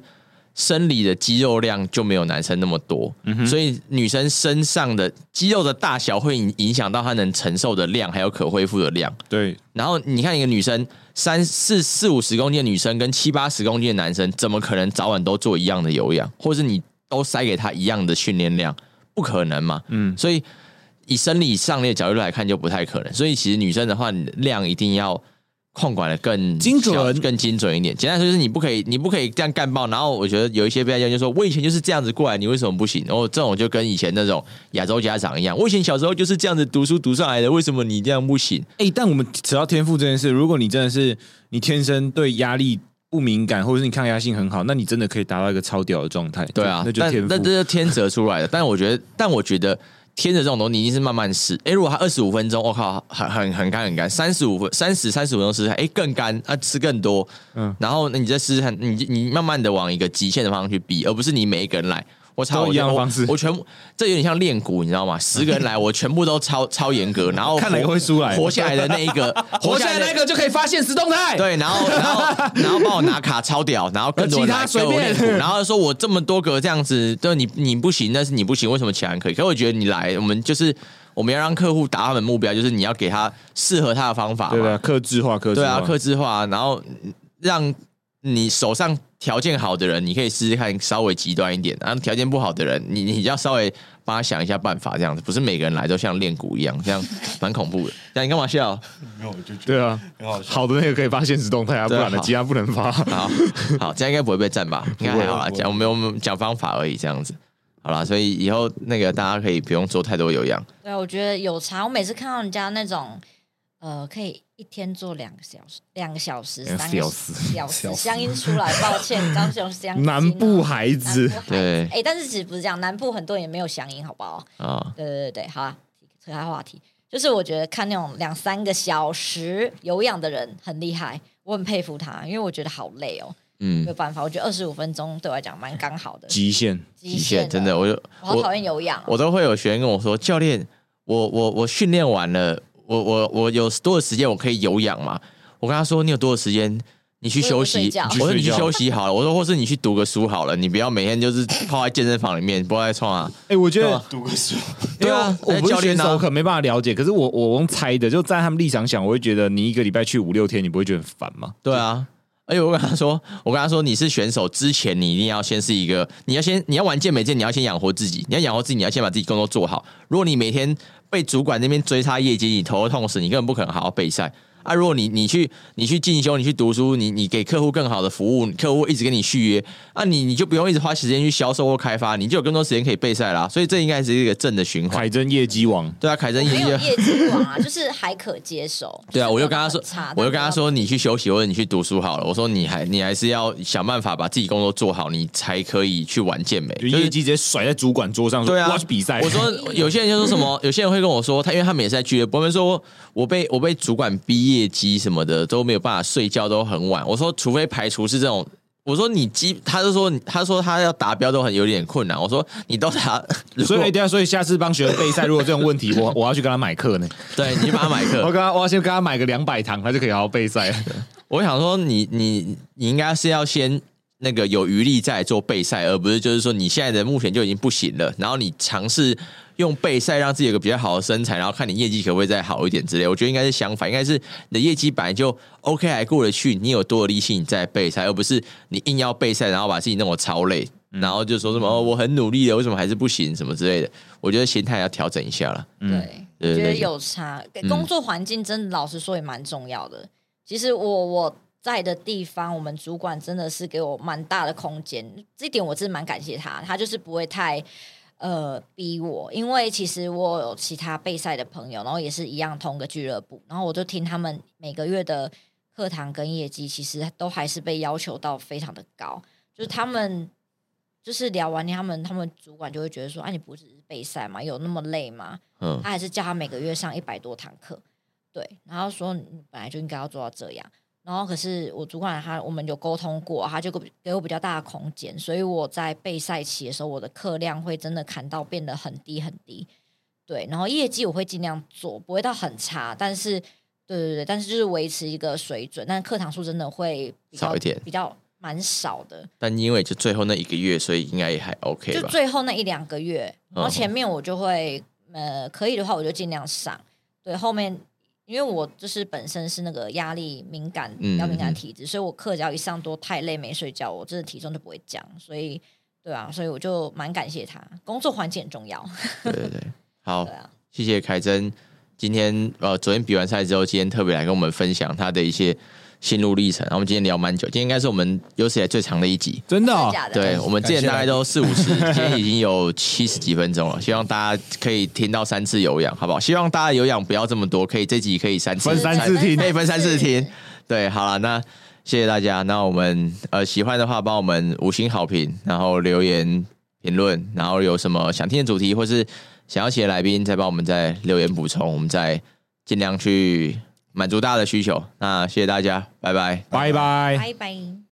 S1: 生理的肌肉量就没有男生那么多，所以女生身上的肌肉的大小会影影响到她能承受的量，还有可恢复的量。
S2: 对，
S1: 然后你看一个女生三四四五十公斤的女生跟七八十公斤的男生，怎么可能早晚都做一样的有氧，或是你都塞给他一样的训练量？不可能嘛。
S2: 嗯，
S1: 所以以生理上的角度来看，就不太可能。所以其实女生的话，你的量一定要控管的更
S2: 精准
S1: 小更精准一点。简单说就是你不可以，你不可以这样干爆。然后我觉得有一些被人就说，我以前就是这样子过来，你为什么不行？然哦后这种就跟以前那种亚洲家长一样，我以前小时候就是这样子读书读上来的，为什么你这样不行？
S2: 哎、但我们扯到天赋这件事，如果你真的是你天生对压力不敏感，或者是你抗压性很好，那你真的可以达到一个超屌的状态。
S1: 对啊，
S2: 那就
S1: 但
S2: 天赋
S1: 但这。是天择出来的。但我觉得，但我觉得天择这种东西一定是慢慢试。哎，如果他二十五分钟，我、靠，很很很干很干，三十五分三十三十分钟试试看，哎，更干啊，吃更多，嗯
S2: 嗯，
S1: 然后你再试试看，你你慢慢的往一个极限的方向去比，而不是你每一个人来。我操！
S2: 都
S1: 我
S2: 一样的
S1: 我
S2: 方式
S1: 我全部这有点像练鼓，你知道吗？十个人来，我全部都超超严格，然后
S2: 看哪个
S1: 活
S2: 会输来
S1: 活下来的那一 个，活下来的
S2: 就可以发现实动态，
S1: 对，然 后然后然后帮我拿卡超屌，然后更多人来
S2: 其他随便
S1: 跟我练然后说我这么多个这样子，对你你不行，但是你不行，为什么其他人可以？可是我觉得你来，我们就是我们要让客户达到他们目标，就是你要给他适合
S2: 啊
S1: 他的方法嘛，
S2: 对啊，克制化，克制
S1: 对啊，
S2: 化，
S1: 克制化，然后让你手上条件好的人，你可以试试看稍微极端一点；然后条件不好的人，你你要稍微帮他想一下办法，这样子不是每个人来都像练鼓一样，这样蛮恐怖的。 但你干嘛笑？
S4: 没有，我就觉
S2: 对啊，
S4: 很好笑
S2: 好的那个可以发现实动态啊，不
S1: 对啊
S2: 然的
S1: 好
S2: 其他不能发。
S1: 好好，这样应该不会被赞吧？应该还好啦，
S4: 不会
S1: 讲我们我们讲方法而已，这样子。好啦，所以以后那个大家可以不用做太多有氧，
S3: 对啊，我觉得有差。我每次看到人家那种，呃，可以一天做两个小时、两个小时、
S2: 两
S3: 三
S2: 个小
S3: 个小
S2: 时
S3: 时、小时
S4: 小时
S3: 乡音出来，抱歉，刚是用乡音啊
S2: 南部孩子
S3: 南部孩
S1: 对
S3: 哎、但是其实不是这样，南部很多人也没有乡音，好不好？
S1: 啊、
S3: 对对对对，好啊，扯开话题，就是我觉得看那种两三个小时有氧的人很厉害，我很佩服他，因为我觉得好累哦，没
S1: 嗯
S3: 有，办法，我觉得二十五分钟对我来讲蛮刚好的
S2: 极限，
S1: 极
S3: 极
S1: 限真的，，我就
S3: 我好讨厌有氧哦、
S1: 我都会有学员跟我说：“教练，我我我训练完了，我我我有多的时间我可以有氧嘛？”我跟他说：“你有多的时间，你去休
S3: 我也
S1: 息
S3: 不睡觉。”
S1: 我说：“你
S2: 去
S1: 去
S2: 睡觉
S1: 休息好了。”我说：“或是你去读个书好了，你不要每天就是泡在健身房里面，不知道在创啊。
S2: 哎、我觉
S1: 对
S2: 得
S1: 啊
S4: 读个书，
S1: 对啊
S2: 因为我
S1: 哎
S2: 我不
S1: 教
S2: 是选
S1: 练啊
S2: 手，我可能没办法了解。可是我我用猜的，就在他们立场想，我会觉得你一个礼拜去五六天，你不会觉得很烦吗？”
S1: 对啊。而且我跟他说， 我跟他说，你是选手之前，你一定要先是一个，你要先你要玩健美健，你要先养活自己，你要养活自己，你要先把自己工作做好。如果你每天被主管那边追杀业绩，你头都痛死，你根本不可能好好备赛啊！如果你你去你去进修，你去读书，你你给客户更好的服务，客户一直跟你续约，啊你你就不用一直花时间去销售或开发，你就有更多时间可以备赛啦。所以这应该是一个正的循环。
S2: 凯真业绩王，
S1: 对啊，凯真
S3: 没
S1: 也
S3: 有业绩网啊，就是还可接受。
S1: 对啊，
S3: 就是
S1: 我
S3: 没有
S1: 就跟他说
S3: 很差，
S1: 我就跟他，
S3: 但
S1: 说，你去休息或者你去读书好了。我说你还你还是要想办法把自己工作做好，你才可以去玩健美。
S2: 就
S1: 就是
S2: 业绩直接甩在主管桌上，说
S1: 对啊
S2: 我要去比赛。
S1: 我说有些人就说什么，有些人会跟我说，他因为他们也是在俱乐部，他们说我被我被主管逼业绩什么的都没有办法睡觉，都很晚。我说除非排除是这种。我说你基，他就说他说他要达标都很有点困难。我说你都达，如 果
S2: 所以一哎定要，所以下次帮学生备赛，如果这种问题，我我要去跟他买 课呢。
S1: 对你就把他 买课，
S2: 我跟他，我要先跟他买个两百堂，他就可以好好备赛。
S1: 我想说你，你你应该是要先那个有余力再做备赛，而不是就是说你现在的目前就已经不行了，然后你尝试用备赛让自己有个比较好的身材，然后看你业绩可不可以再好一点之类。我觉得应该是相反，应该是你的业绩本来就 OK 还过得去，你有多的力气你再备赛，而不是你硬要备赛，然后把自己弄得超累，
S3: 嗯
S1: 然后就说什么、哦、我很努力了，为什么还是不行什么之类的。我觉得心态要调整一下了。
S3: 对，我
S1: 嗯对
S3: 觉得
S1: 对嗯
S3: 有差。工作环境真的，老实说也蛮重要的。其实我我在的地方，我们主管真的是给我蛮大的空间，这一点我真的蛮感谢他。他就是不会太呃逼我，因为其实我有其他备赛的朋友，然后也是一样同个俱乐部，然后我就听他们每个月的课堂跟业绩，其实都还是被要求到非常的高，就是他们。就是聊完天，他们他们主管就会觉得说：“啊，你不只是备赛嘛，有那么累吗？
S1: 嗯
S3: 他还是叫他每个月上一百多堂课，对，然后说你本来就应该要做到这样。然后可是我主管他我们有沟通过，他就给给我比较大的空间，所以我在备赛期的时候，我的课量会真的砍到变得很低很低。对，然后业绩我会尽量做，不会到很差，但是对对对，但是就是维持一个水准，但是课堂数真的会比较
S1: 少一点
S3: 比较蛮少的。
S1: 但因为就最后那一个月，所以应该也还 OK
S3: 就
S1: 吧。
S3: 最后那一两个月，然后
S1: 嗯
S3: 前面我就会、呃，可以的话我就尽量上，对，后面因为我就是本身是那个压力敏感、
S1: 嗯
S3: 比较敏感
S1: 嗯
S3: 的体质，所以我课只要一上多太累没睡觉，我真的体重就不会降，所以对啊，所以我就蛮感谢他，工作环境很重要，
S1: 对对对，好
S3: 对，啊，
S1: 谢谢凯真，今天呃昨天比完赛之后，今天特别来跟我们分享他的一些心路历程。然后我们今天聊蛮久，今天应该是我们有史以来最长的一集。
S2: 真的
S3: 真
S2: 哦
S3: 的，假的？
S1: 对我们之前
S4: 感谢
S1: 大概都四五十， 今天已经有七十几分钟了。希望大家可以听到三次有氧，好不好？希望大家有氧不要这么多，可以这集可以三次
S2: 分三次听
S1: 可以哎分三次听。对，好了，那谢谢大家。那我们呃喜欢的话，帮我们五星好评，然后留言评论，然后有什么想听的主题或是想要请的来宾，再帮我们再留言补充，我们再尽量去满足大家的需求。那谢谢大家，拜拜。
S2: 拜拜。
S3: 拜拜。